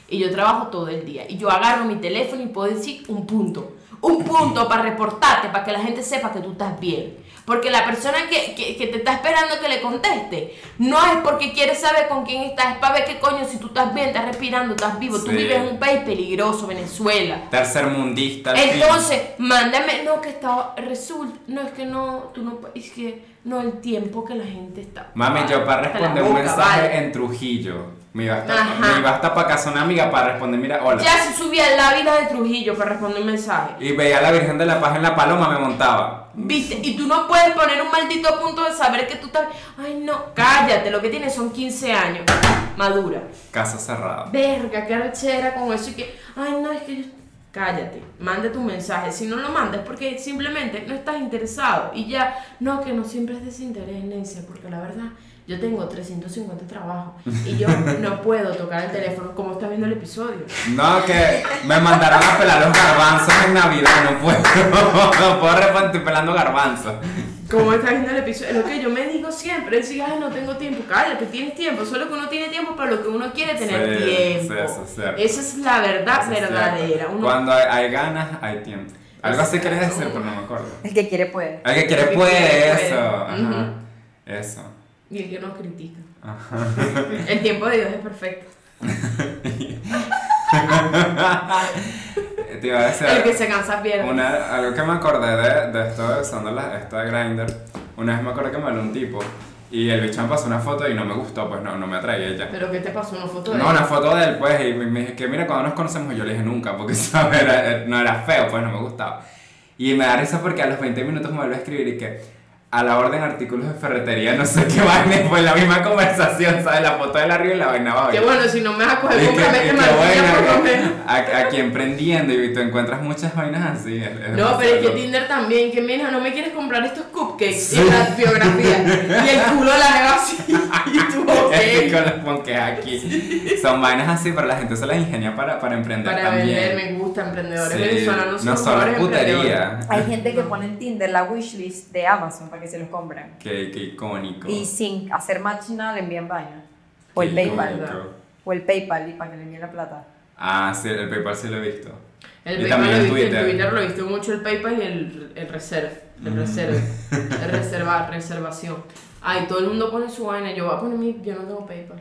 S3: y yo trabajo todo el día y yo agarro mi teléfono y puedo decir un punto. Un punto para reportarte, para que la gente sepa que tú estás bien. Porque la persona que, que- que te está esperando que le conteste no es porque quiere saber con quién estás, es para ver qué coño, si tú estás bien, estás respirando, estás vivo. Tú
S2: Sí.
S3: vives en un país peligroso, Venezuela.
S2: Tercermundista. al fin.
S3: Entonces, mándame, no, que estaba, resulta, no, es que no, tú no, pu- es que, no, el tiempo que la gente está.
S2: Mami, yo para
S3: Hasta la
S2: responder un
S3: boca,
S2: mensaje
S3: vale.
S2: en Trujillo. Me iba hasta,
S3: Ajá.
S2: me iba hasta para casa una amiga para responder, mira, hola.
S3: Ya se subía la vida de Trujillo para responder un mensaje.
S2: Y veía a la Virgen de la Paz en la paloma, me montaba.
S3: Viste, y tú no puedes poner un maldito punto de saber que tú estás, ay, no, cállate, lo que tienes son 15 años, madura.
S2: Casa cerrada.
S3: Verga, qué arrechera con eso y que, ay, no, es que yo... Cállate, manda tu mensaje. Si no lo mandas, es porque simplemente no estás interesado. Y ya, no, que no siempre es desinterés, Nancy, porque la verdad, yo tengo 350 trabajos y yo no puedo tocar el teléfono como estás viendo el episodio.
S2: No, que me mandaron a pelar los garbanzos en Navidad, no puedo. No puedo responder, estoy pelando garbanzos.
S3: Como estás viendo el episodio, es lo que yo me digo siempre: es decir, ay, no tengo tiempo. Cállate, tienes tiempo. Solo que uno tiene tiempo para lo que uno quiere tener
S2: Sí,
S3: tiempo.
S2: sí, eso es cierto.
S3: Esa es la verdad verdadera. Uno
S2: Cuando hay, hay ganas, hay tiempo. Algo así quieres decir, pero no me acuerdo.
S5: El que quiere puede.
S2: El que quiere
S3: que
S2: puede,
S3: quiere,
S2: eso.
S3: puede.
S2: Ajá.
S3: Ujú.
S2: Eso.
S3: Y el que nos critica. El tiempo de Dios es perfecto.
S2: Eh, Te iba a decir.
S3: El que se cansa pierde.
S2: Una, algo que me acordé de, de esto usando la, esto de Grindr, una vez me acordé que me habló un tipo y el bicho me pasó una foto y no me gustó, pues no, no me atraía ya.
S3: ¿Pero qué te pasó? ¿Una foto de
S2: No,
S3: él?
S2: una foto de él, pues, y me, me dije que mira, cuando nos conocemos, yo le dije nunca, porque ¿sabes? Era- era- no era feo, pues no me gustaba. Y me da risa porque a los 20 minutos me vuelve a escribir y que a la orden artículos de ferretería, no sé qué vaina, fue la misma conversación, ¿sabes? La foto del arriba y la vaina abajo.
S3: Que bueno, si no me vas a coger,
S2: Y
S3: cómprame
S2: que- y que
S3: este martillo
S2: bueno,
S3: por lo
S2: que-
S3: menos.
S2: a- Aquí emprendiendo y tú encuentras muchas vainas así. es- es
S3: No, pero es que
S2: loco.
S3: Tinder también, que mira, no me quieres comprar estos cupcakes y las biografías. Y el culo la veo así. Y tú, ok.
S2: aquí con los ponques aquí. Son vainas así, pero la gente se las ingenia para, para emprender
S3: Para
S2: también.
S3: vender, me gusta, emprendedores
S2: Sí,
S3: venezolanos.
S2: no
S3: son
S2: solo
S3: mejores emprendedores.
S2: putería.
S5: Hay gente que pone en Tinder la wishlist de Amazon para que se los compren.
S2: Qué, qué icónico.
S5: Y sin hacer match nada le envían vaina. O
S3: pues
S2: Qué
S5: el PayPal.
S2: icónico.
S5: O el PayPal y para que le envíen la plata.
S2: Ah, sí, el PayPal sí lo he visto.
S3: El
S2: Y
S3: PayPal
S2: también en
S3: lo he visto en
S2: Twitter.
S3: Twitter, lo he visto mucho el PayPal y el, el reserve. El
S2: Mm.
S3: reserve. El reservar, reservación. Ay, todo el mundo pone su vaina. Yo voy a poner mi. Yo no tengo PayPal.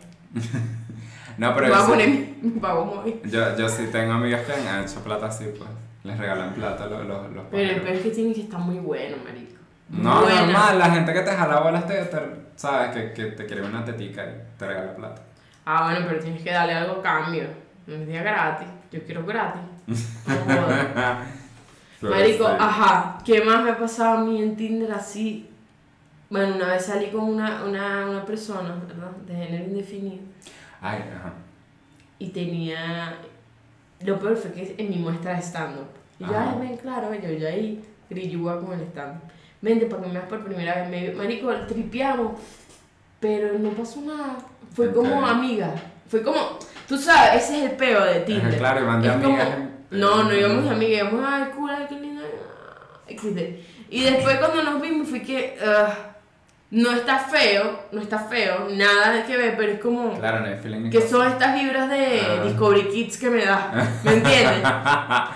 S2: No, Ah, pero
S3: voy a
S2: eso-
S3: poner mi, mi pago móvil.
S2: yo, yo sí tengo amigas que han hecho plata así, pues. Les regalan plata los, los, los
S3: Pero el
S2: pajeros.
S3: peor es que tiene que estar muy bueno, marico.
S2: No,
S3: Buena.
S2: normal, la gente que te jala bolas te, te- sabes que, que te quiere una tetica y te regala plata.
S3: Ah, bueno, pero tienes que darle algo a cambio. No me digas gratis. Yo quiero gratis. No jodas.
S2: Pero este
S3: Marico, ah.
S2: sí.
S3: ajá, ¿qué más me ha pasado a mí en Tinder así? Bueno, una vez salí con una, una, una persona, ¿verdad? De género indefinido.
S2: Ay, ajá.
S3: Y tenía... Lo peor fue que en mi muestra de stand-up. Y yo,
S2: Ajá.
S3: ay, ven, claro, yo, yo ahí grillúa con el stand-up. Vente para que me veas por primera vez. Me, marico, tripiamos. Pero no pasó nada. Fue como
S2: Ok.
S3: amiga. Fue como... Tú sabes, ese es el peo de Tinder.
S2: claro, y van de
S3: Es como-
S2: amigas en-
S3: No, no íbamos de amigas, íbamos, ay, cool, ay, qué linda. ah, XD. Y después cuando nos vimos fue que... ah, no está feo, no está feo, nada que ver, pero es como...
S2: Claro, no hay feeling ni
S3: Que
S2: cosa.
S3: son estas vibras de
S2: Ah.
S3: Discovery Kids que me da, ¿me entiendes?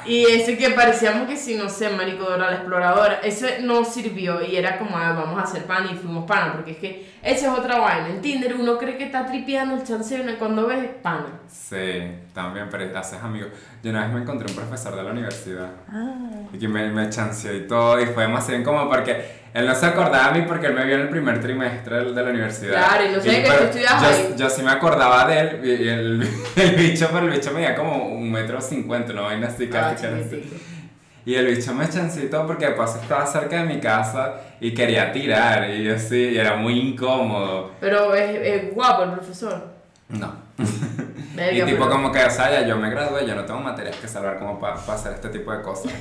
S3: y ese que parecíamos que si, no sé, marico Dora la exploradora, ese no sirvió y era como, ah, vamos a hacer pan y fuimos pana, porque es que esa es otra vaina. En Tinder uno cree que está tripeando el chance y uno cuando ves es pana.
S2: Sí, también, pero haces amigos. Yo una vez me encontré un profesor de la universidad.
S3: Ah.
S2: Y que me, me chanceó y todo, y fue más bien como porque él no se acordaba de mí porque él me vio en el primer trimestre del- de la universidad.
S3: Claro, y no sabía que tú
S2: pero
S3: estudiabas
S2: yo,
S3: ahí.
S2: yo sí me acordaba de él, y, y el, el bicho, pero el bicho medía como un metro cincuenta, una vaina así,
S3: Ah,
S2: casi, casi.
S3: chiquitico.
S2: Y el bicho me chancito porque de paso estaba cerca de mi casa y quería tirar, y yo sí, y era muy incómodo.
S3: Pero es, es guapo el profesor.
S2: No.
S3: Verga,
S2: y tipo
S3: pero-
S2: como que, o sea, ya yo me gradué, yo no tengo materias que salvar como para hacer este tipo de cosas.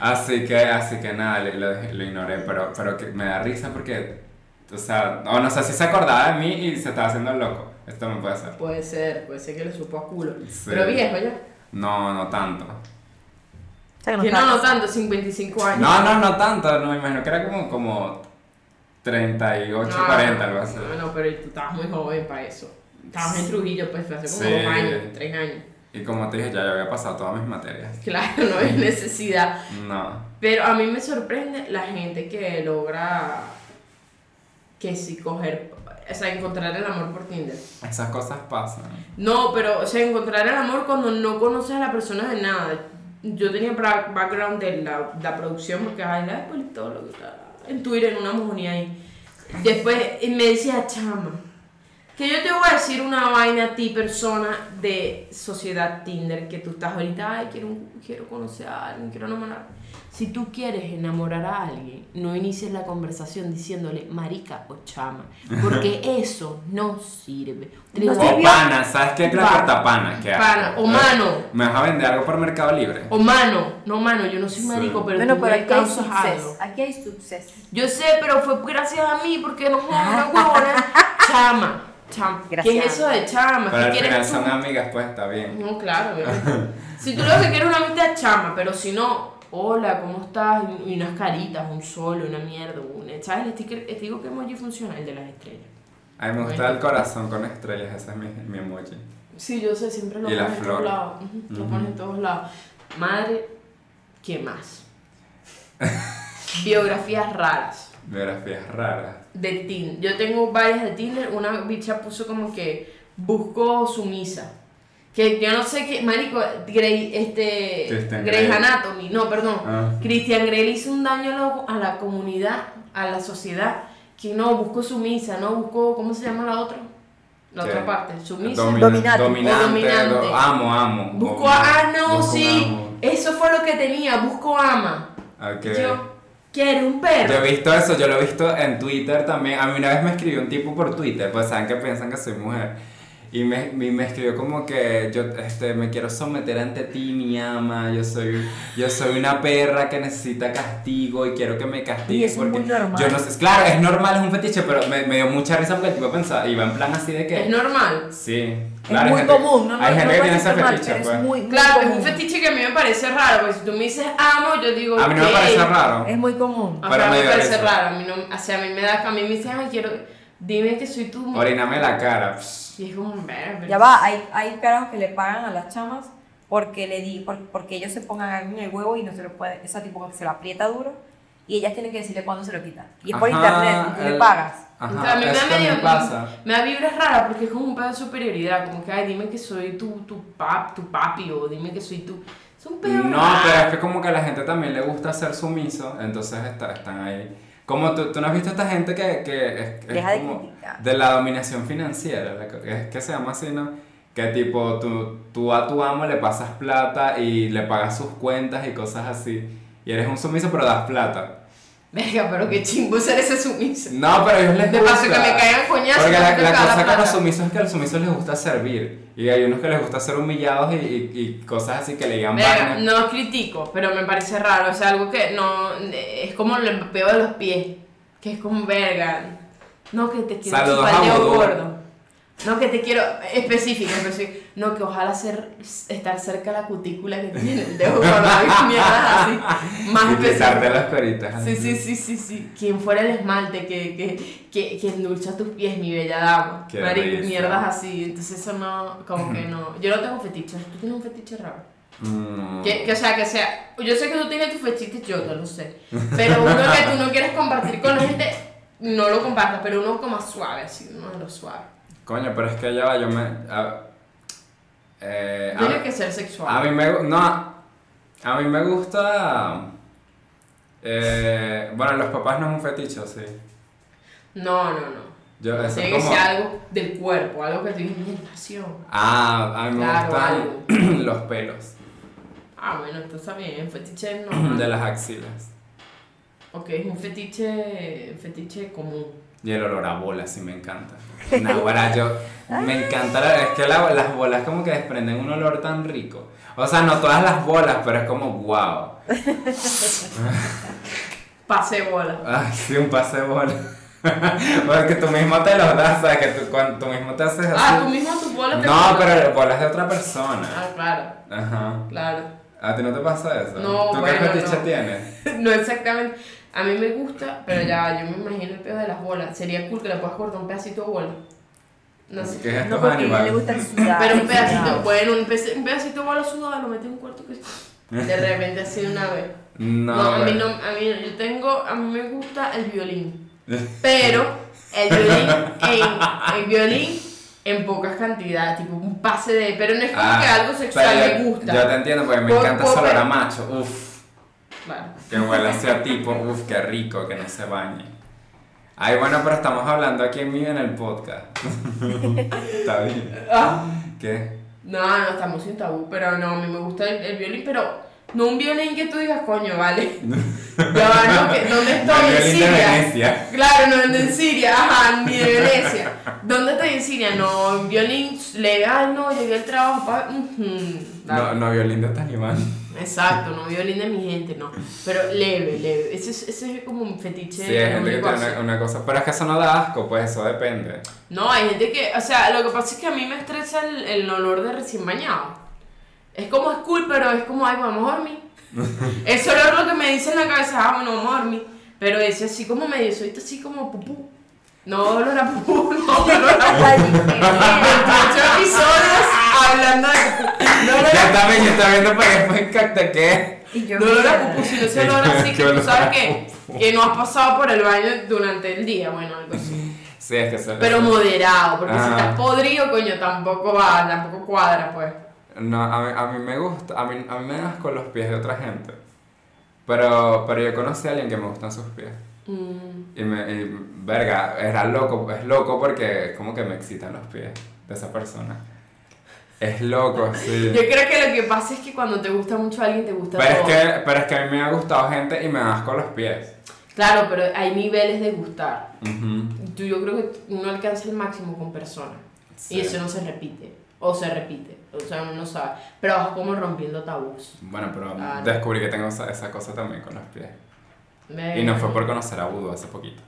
S2: Así que, así que nada, le- lo, dejé- lo ignoré, pero, pero que me da risa porque, o sea, o no sé si se acordaba de mí y se estaba haciendo loco. Esto no puede ser.
S3: Puede ser, puede ser que le supo a culo.
S2: Sí.
S3: Pero viejo ya.
S2: No, no tanto.
S5: O sea, que no
S3: Que no,
S5: está-
S3: no tanto, 55 años.
S2: No, no, no tanto, no me imagino que era como, como 38,
S3: No,
S2: 40, algo así.
S3: No, no, pero tú estabas muy joven para eso. Estabas en Trujillo, pues, fue hace como
S2: Sí.
S3: dos años, tres años.
S2: Y como te dije, ya yo había pasado todas mis materias.
S3: Claro, no hay necesidad.
S2: No.
S3: Pero a mí me sorprende la gente que logra que si coger, o sea, encontrar el amor por Tinder.
S2: Esas cosas pasan.
S3: No, pero, o sea, encontrar el amor cuando no conoces a la persona de nada. Yo tenía pra- background de la, la producción, porque ay, la politóloga, ta- en Twitter, en una mojonía ahí. Después y me decía, chama, que yo te voy a decir una vaina a ti, persona de sociedad Tinder, que tú estás ahorita, ay, quiero, un- quiero conocer a alguien, quiero enamorar. Si tú quieres enamorar a alguien, no inicies la conversación diciéndole marica o chama, porque eso no sirve.
S5: No
S2: O
S5: sirvió.
S2: panas, ¿sabes qué? Creo que
S3: Pana.
S2: hasta panas. ¿qué hago?
S3: Pana, o mano.
S2: ¿Me vas a vender algo por Mercado Libre?
S3: O mano, no mano, yo no soy
S2: Sí.
S3: marico, pero
S5: Bueno,
S3: tú
S5: pero
S3: me
S5: aquí hay
S3: causas
S5: suceso.
S3: algo.
S5: Aquí hay suceso.
S3: Yo sé, pero fue gracias a mí, porque no fue una huevona. Chama, chama. ¿Qué
S5: Gracias.
S3: es eso de
S2: Pero
S3: chama? ¿Qué
S2: al final
S3: quieres tú?
S2: son amigas, pues está bien.
S3: No, claro, obviamente. Si tú lo que quieres es una amistad, chama, pero si no, hola, ¿cómo estás? Y- Y unas caritas, un sol, una mierda, un... ¿Sabes el sticker? Te digo que emoji funciona, el de las estrellas.
S2: A mí me gusta el corazón con estrellas, ese es mi, mi emoji.
S3: Sí, yo sé, siempre lo
S2: Y la
S3: pones en
S2: flor.
S3: todos lados. Ujú, Lo
S2: Ujú.
S3: pones en todos lados. Madre, ¿qué más? Biografías raras
S2: Biografías raras.
S3: de Tinder. Yo tengo varias de Tinder. Una bicha puso como que buscó sumisa. Que yo no sé qué, marico, Grey, este,
S2: Christian
S3: Grey's
S2: Grey.
S3: Anatomy, no, perdón,
S2: Ah.
S3: Christian Grey le hizo un daño a la, a la comunidad, a la sociedad, que no buscó sumisa, no buscó, ¿cómo se llama la otra? La
S2: ¿Qué?
S3: otra parte, sumisa.
S2: Domin-
S5: Dominante.
S2: Ah, Dominante.
S3: O dominante.
S2: do- amo, amo.
S3: Busco
S2: Dominante.
S3: a. Ah, no,
S2: Busco un
S3: sí.
S2: amo.
S3: Eso fue lo que tenía. Busco ama.
S2: Ok.
S3: Yo quiero un
S2: Yo he
S3: perro.
S2: visto eso, yo lo he visto en Twitter también. A mí una vez me escribió un tipo por Twitter, pues saben que piensan que soy mujer. Y me, me, me escribió como que yo este, me quiero someter ante ti, mi ama. Yo soy, yo soy una perra que necesita castigo y quiero que me
S6: Y
S2: castigue.
S6: eso es muy normal.
S2: Yo no sé, claro, es normal, es un fetiche, pero me, me dio mucha risa porque el tipo pensaba, iba en plan así de que.
S3: Es normal.
S2: Sí.
S6: Es
S2: claro, hay
S6: muy
S2: gente-
S6: común, no, no,
S2: Hay
S6: no
S2: gente que
S6: puede
S2: tiene
S6: ser
S2: ese
S6: normal,
S2: fetiche,
S6: pero
S2: pues.
S6: es muy, muy
S3: Claro, es un
S6: común.
S3: fetiche que a mí me parece raro, porque si tú me dices amo, yo digo.
S2: A mí no me
S3: "Ok".
S2: parece raro.
S6: Es muy común.
S3: O sea,
S2: Pero
S3: a mí
S2: me
S3: me
S2: dio
S3: parece
S2: risa.
S3: raro. A mí, no, o sea, a mí me da. A mí me dicen, ay, quiero. Dime que soy tu. mu-".
S2: Oríname la cara. pss.
S3: Y es como, "Verga, pero-
S5: Ya va, hay, hay carajos que le pagan a las chamas porque le di, por- porque ellos se pongan algo en el huevo y no se lo puede, o sea, tipo como que se lo aprieta duro y ellas tienen que decirle cuándo se lo quitan. Y es por
S2: Ajá,
S5: internet, y tú le
S2: el-
S5: pagas.
S2: Ajá,
S3: O sea, a mí me
S2: eso
S3: da medio-
S2: también pasa.
S3: Me da vibras raras porque es como un pedo de superioridad. Como que, ay, dime que soy tu, tu, pap, tu papi o dime que soy tu. Es un pedo.
S2: No,
S3: raro.
S2: pero es que como que a la gente también le gusta ser sumiso, entonces está- están ahí. Como tú, tú no has visto esta gente que, que es, es
S5: Deja de
S2: como
S5: criticar.
S2: de la dominación financiera, la co- es que se llama así, ¿no? Que tipo, tú, tú a tu amo le pasas plata y le pagas sus cuentas y cosas así. Y eres un sumiso, pero das plata.
S3: Verga, pero qué chimbo ser ese sumiso.
S2: No, pero a ellos les
S3: De
S2: gusta.
S3: paso que me caigan coñazos.
S2: Porque
S3: no
S2: la,
S3: te
S2: la
S3: caga
S2: cosa con
S3: plata.
S2: los sumisos es que a los sumisos les gusta servir. Y hay unos que les gusta ser humillados y, y- y cosas así que le digan
S3: Verga,
S2: vainas.
S3: no critico, pero me parece raro. O sea, algo que no. Es como el peo de los pies. Que es como verga. No, que te quiero
S2: Saludos
S3: chupar
S2: a
S3: el dedo
S2: Bodó.
S3: gordo. No, que te quiero. Específico, específico. No, que ojalá ser, estar cerca de la cutícula que tiene el dedo gordo. y mierdas así. Más
S2: y quitarte
S3: específico.
S2: las coritas.
S3: Sí, sí, sí, sí, sí. Quien fuera el esmalte que, que, que, que endulza tus pies, mi bella dama.
S2: Qué
S3: Marico,
S2: belleza.
S3: mierdas así. Entonces, eso no. Como que no. Yo no tengo fetiches. ¿Tú tienes un fetiche raro?
S2: Mm.
S3: Que, que, o sea, que sea. Yo sé que tú tienes tus fechites, yo no lo sé. Pero uno que tú no quieres compartir con la gente, no lo compartas, pero uno como más suave, así, uno de los suaves.
S2: Coño, pero es que ya va, yo me. a- eh, a,
S3: Tiene que ser sexual.
S2: a mí me. gu- No, a mí me gusta. eh, bueno, los papás no es un fetiche, sí.
S3: No, no, no.
S2: Yo, eso es
S3: Tiene que
S2: como.
S3: ser algo del cuerpo, algo que tú digas, "Mira, pasión.
S2: Ah, a mí me
S3: Claro,
S2: gustan los pelos
S3: Ah, bueno, entonces está bien, fetiche
S2: de
S3: no.
S2: las axilas.
S3: Ok, es un fetiche, fetiche común.
S2: Y el olor a bolas, sí me encanta. Naguará, yo. Me encanta, la- es que la- las bolas como que desprenden un olor tan rico. O sea, no todas las bolas, pero es como wow.
S3: Pase bola.
S2: Ay, sí, un pase de bola. Porque tú mismo te los das, ¿sabes? Que tú, cuando tú mismo te haces así.
S3: Ah, tú mismo tu bola te
S2: no, pero bolas de otra persona.
S3: Ah, claro,
S2: Ajá.
S3: claro.
S2: ¿A ti no te pasa eso?
S3: No,
S2: ¿Tú qué
S3: bueno,
S2: fetiche
S3: no.
S2: tienes?
S3: No exactamente. A mí me gusta, pero ya, yo me imagino el pedo de las bolas. Sería cool que le puedas cortar un pedacito de bola. No sé.
S2: ¿Qué es
S6: No,
S2: estos
S6: porque a ella le
S2: animales?
S6: gusta sudar.
S3: Pero un
S6: sudar.
S3: pedacito, bueno, un, pece- un pedacito de bola sudada, lo metí en un cuarto que de repente así de una vez.
S2: No,
S3: No, a mí no,
S2: bueno.
S3: a mí yo tengo, a mí me gusta el violín. Pero el violín en, el violín en pocas cantidades, tipo un pase de, pero no es como
S2: Ah,
S3: que algo sexual
S2: pero
S3: me
S2: yo-
S3: gusta.
S2: Yo te entiendo porque me
S3: Puedo-
S2: encanta
S3: puedo
S2: ese olor
S3: ver-
S2: a macho. Uf,
S3: Claro.
S2: que huele así a tipo. Uf, qué rico, que no se bañe. Ay, bueno, pero estamos hablando aquí en mí en el podcast. Está bien.
S3: Ah,
S2: ¿Qué?
S3: No, no, estamos sin tabú, pero no, a mí me gusta el, el violín, pero no un violín que tú digas, coño, vale. Ya va, no, que- ¿dónde estoy?
S2: El violín de
S3: en Siria.
S2: Venecia.
S3: Claro, no, no en Siria, ajá, ni de Venecia. ¿Dónde estoy en Siria? No, un violín legal, no, llegué al trabajo, pa- ujú, dale.
S2: No, este no, violín de talibán.
S3: Exacto, no violín de mi gente, no. Pero leve, leve. Ese es, ese es como un fetiche.
S2: Sí, hay
S3: lo
S2: gente que
S3: único
S2: tiene
S3: así.
S2: una, una cosa. Pero es que eso no da asco, pues eso depende.
S3: No, hay gente que. O sea, lo que pasa es que a mí me estresa el, el olor de recién bañado. Es como es cool, pero es como, ay, vamos a dormir. Ese olor lo que me dice en la cabeza, ah, bueno, vamos a dormir. Pero ese así como medio suelto, así como pupú. No olor a pupú, no olor a pupú. 28 episodios hablando de. No olor
S2: Ya
S3: a
S2: está, bien, ya está viendo pues, para después en cacta que.
S5: Y yo
S3: No olor a pupú,
S5: pues,
S3: sino ese olor así que
S2: Qué
S3: tú sabes
S2: olor
S3: que, que no has pasado por el baño durante el día, bueno, algo así.
S2: Sí, es que eso.
S3: Pero moderado, porque si
S2: Ah.
S3: estás podrido, coño, tampoco va, tampoco cuadra, pues.
S2: No, a mí, a mí me gusta, a mí, a mí me dan asco los pies de otra gente. Pero, pero yo conocí a alguien que me gustan sus pies.
S3: Mm,
S2: Y, me, y, verga, era loco, es loco porque como que me excitan los pies de esa persona. Es loco, sí.
S3: Yo creo que lo que pasa es que cuando te gusta mucho a alguien, te gusta
S2: Pero es,
S3: todo.
S2: que, pero es que a mí me ha gustado gente y me dan asco los pies.
S3: Claro, pero hay niveles de gustar.
S2: Ujú.
S3: Tú- Yo creo que uno alcanza el máximo con personas.
S2: Sí.
S3: Y eso no se repite. O se repite. O sea, uno no sabe. Pero vas como rompiendo tabús.
S2: Bueno, pero
S3: Claro.
S2: descubrí que tengo esa, esa cosa también con los pies.
S3: Me-
S2: Y no fue por conocer a Budo hace poquito.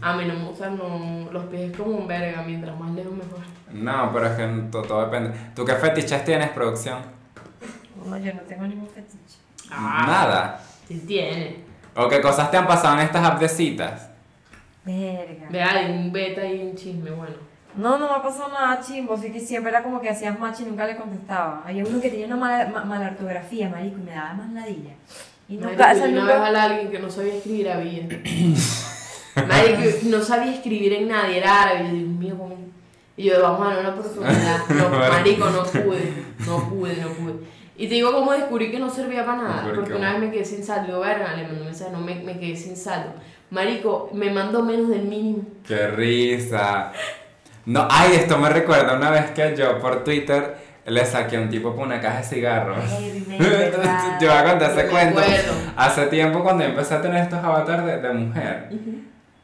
S3: A mí no me gustan no, los pies como un verga. Mientras más lejos, mejor.
S2: No, pero es que to- todo, depende. ¿Tú qué fetiches tienes, producción?
S5: No, yo no tengo ningún fetiche.
S3: Ah.
S2: Nada.
S3: Sí tiene.
S2: ¿O qué cosas te han pasado en estas app de citas?
S5: Verga.
S3: Vea, hay un beta y un chisme bueno.
S5: No, no me ha pasado nada chimbo, así que siempre era como que hacías match y nunca le contestaba. Había uno que tenía una mala, ma- mala ortografía, marico, y me daba más ladilla. Y nunca, o
S3: Marico,
S5: sea,
S3: yo una
S5: nunca-
S3: vez a la- alguien que no sabía escribir había. Marico, no sabía escribir en nadie, era árabe. Yo, Dios mío, ¿cómo? Y yo, vamos a dar una oportunidad. No, marico, no pude, no pude, no pude. Y te digo cómo descubrí que no servía para nada.
S2: ¿Por
S3: porque
S2: qué?
S3: una vez me quedé sin saldo, yo, verga, le mandé un mensaje, no me, me quedé sin saldo. Marico, me mandó menos del mínimo.
S2: ¡Qué risa! No, ay, esto me recuerda una vez que yo por Twitter le saqué a un tipo por una caja de cigarros.
S5: Ay, verdad.
S2: yo voy a contar ese
S3: Me
S2: cuento.
S3: acuerdo.
S2: Hace tiempo cuando yo empecé a tener estos avatares de, de mujer,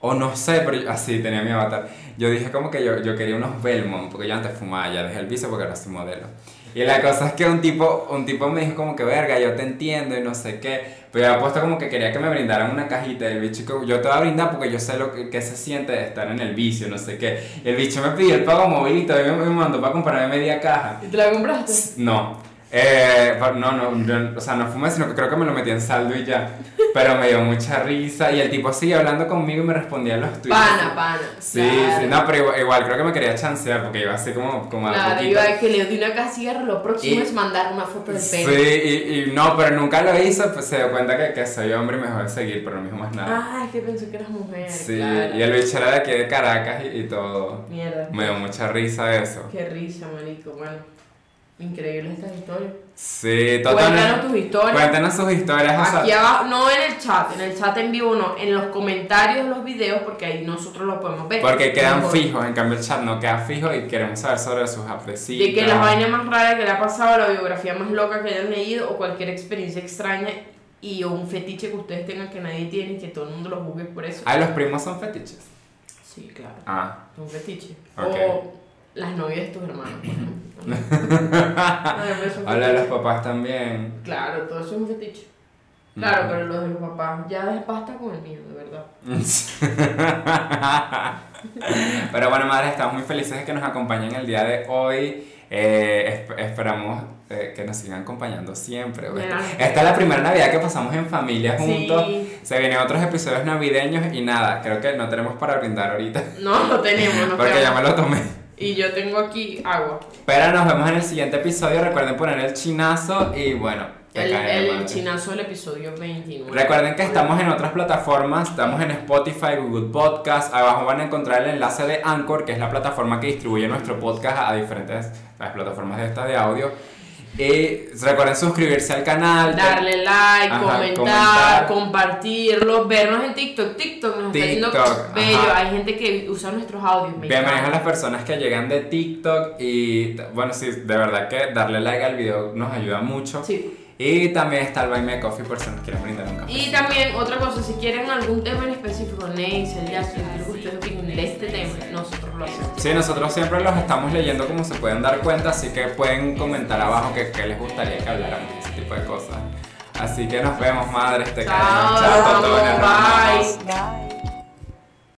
S2: o no sé, pero yo- así tenía mi avatar, yo dije como que yo, yo quería unos Belmont, porque yo antes fumaba, ya dejé el vicio porque ahora soy modelo. Y la cosa es que un tipo, un tipo me dijo como que, verga, yo te entiendo y no sé qué, pero yo había puesto como que quería que me brindaran una cajita y el bicho, como, yo te voy a brindar porque yo sé lo que, que se siente de estar en el vicio, no sé qué. Y el bicho me pidió el pago móvil y todavía me, me mandó para comprarme media caja.
S3: ¿Y te la compraste?
S2: No. Eh, pa- no, no, yo- o sea, no fumé, sino que creo que me lo metí en saldo y ya. Pero me dio mucha risa y el tipo sigue hablando conmigo y me respondía los tweets.
S3: Pana, pana.
S2: Sí,
S3: claro.
S2: sí, no, pero igual, igual creo que me quería chancear porque iba así como, como a
S3: Claro,
S2: poquito.
S3: yo a que le doy una caja de cigarro, lo próximo
S2: Y-
S3: es mandar una foto de pelo.
S2: Sí, y, y no, pero nunca lo hizo, pues se dio cuenta que, que soy hombre y me dejó de seguir, pero no me dijo más nada.
S3: Ah, es que pensé que eras mujer.
S2: sí,
S3: claro.
S2: y el bicho era de aquí de Caracas y, y todo.
S3: Mierda.
S2: Me dio mucha risa eso.
S3: Qué risa, marico. Bueno, increíble estas historias.
S2: Sí,
S3: Cuéntanos
S2: totalmente.
S3: tus historias.
S2: Cuéntanos sus historias. o sea,
S3: Aquí abajo, no en el chat, en el chat en vivo no, en los comentarios de los videos, porque ahí nosotros los podemos ver.
S2: Porque quedan
S3: Mejor.
S2: fijos, en cambio el chat no queda fijo y queremos saber sobre sus aprecios.
S3: De que las vainas más raras que le ha pasado, la biografía más loca que hayan leído, o cualquier experiencia extraña y o un fetiche que ustedes tengan que nadie tiene y que todo el mundo lo juzgue por eso.
S2: Ah, los primos son fetiches.
S3: Sí, claro.
S2: Ah.
S3: Un fetiche.
S2: Ok.
S3: O las novias de tus hermanos. por ejemplo. Ay, pero eso es un
S2: Habla de los
S3: fetiche.
S2: papás también.
S3: Claro, todo eso es un fetiche. Claro,
S2: Ujú.
S3: pero los de los papás ya es pasta con el mío, de verdad.
S2: Pero bueno, madre, estamos muy felices de que nos acompañen el día de hoy. Eh, esp- esperamos eh, que nos sigan acompañando siempre.
S3: Me
S2: Esta,
S3: da-
S2: esta es la primera Navidad que pasamos en familia juntos.
S3: Sí.
S2: Se vienen otros episodios navideños y nada, creo que no tenemos para brindar ahorita.
S3: No, no tenemos, no
S2: Porque ya
S3: tenemos.
S2: me lo tomé.
S3: Y yo tengo aquí agua.
S2: Pero nos vemos en el siguiente episodio. Recuerden poner el chinazo y bueno, te
S3: El,
S2: caen,
S3: el
S2: madre.
S3: chinazo del episodio 29.
S2: Recuerden que estamos en otras plataformas, estamos en Spotify, Google Podcast, abajo van a encontrar el enlace de Anchor, que es la plataforma que distribuye nuestro podcast a diferentes las plataformas de estas de audio. Y recuerden suscribirse al canal,
S3: Darle like,
S2: Ajá,
S3: comentar,
S2: comentar.
S3: compartirlo, vernos en TikTok. TikTok nos está
S2: TikTok,
S3: haciendo bello.
S2: ajá.
S3: Hay gente que usa nuestros audios. me
S2: Bienvenidos a
S3: encanta.
S2: las personas que llegan de TikTok y t- bueno, sí, de verdad que darle like al video nos ayuda mucho.
S3: Sí.
S2: Y también está el Buy Me a Coffee por si nos quieren brindar un café.
S3: Y también, otra cosa, si quieren algún tema en específico, Nancy, Justin, quiero que ustedes opinen de este tema, nosotros lo hacemos.
S2: Sí, nosotros siempre los estamos leyendo como se pueden dar cuenta, así que pueden comentar abajo que, que les gustaría que hablaran de ese tipo de cosas. Así que nos vemos, madres, te
S3: Chao,
S2: queremos, chao,
S3: los
S2: Totó.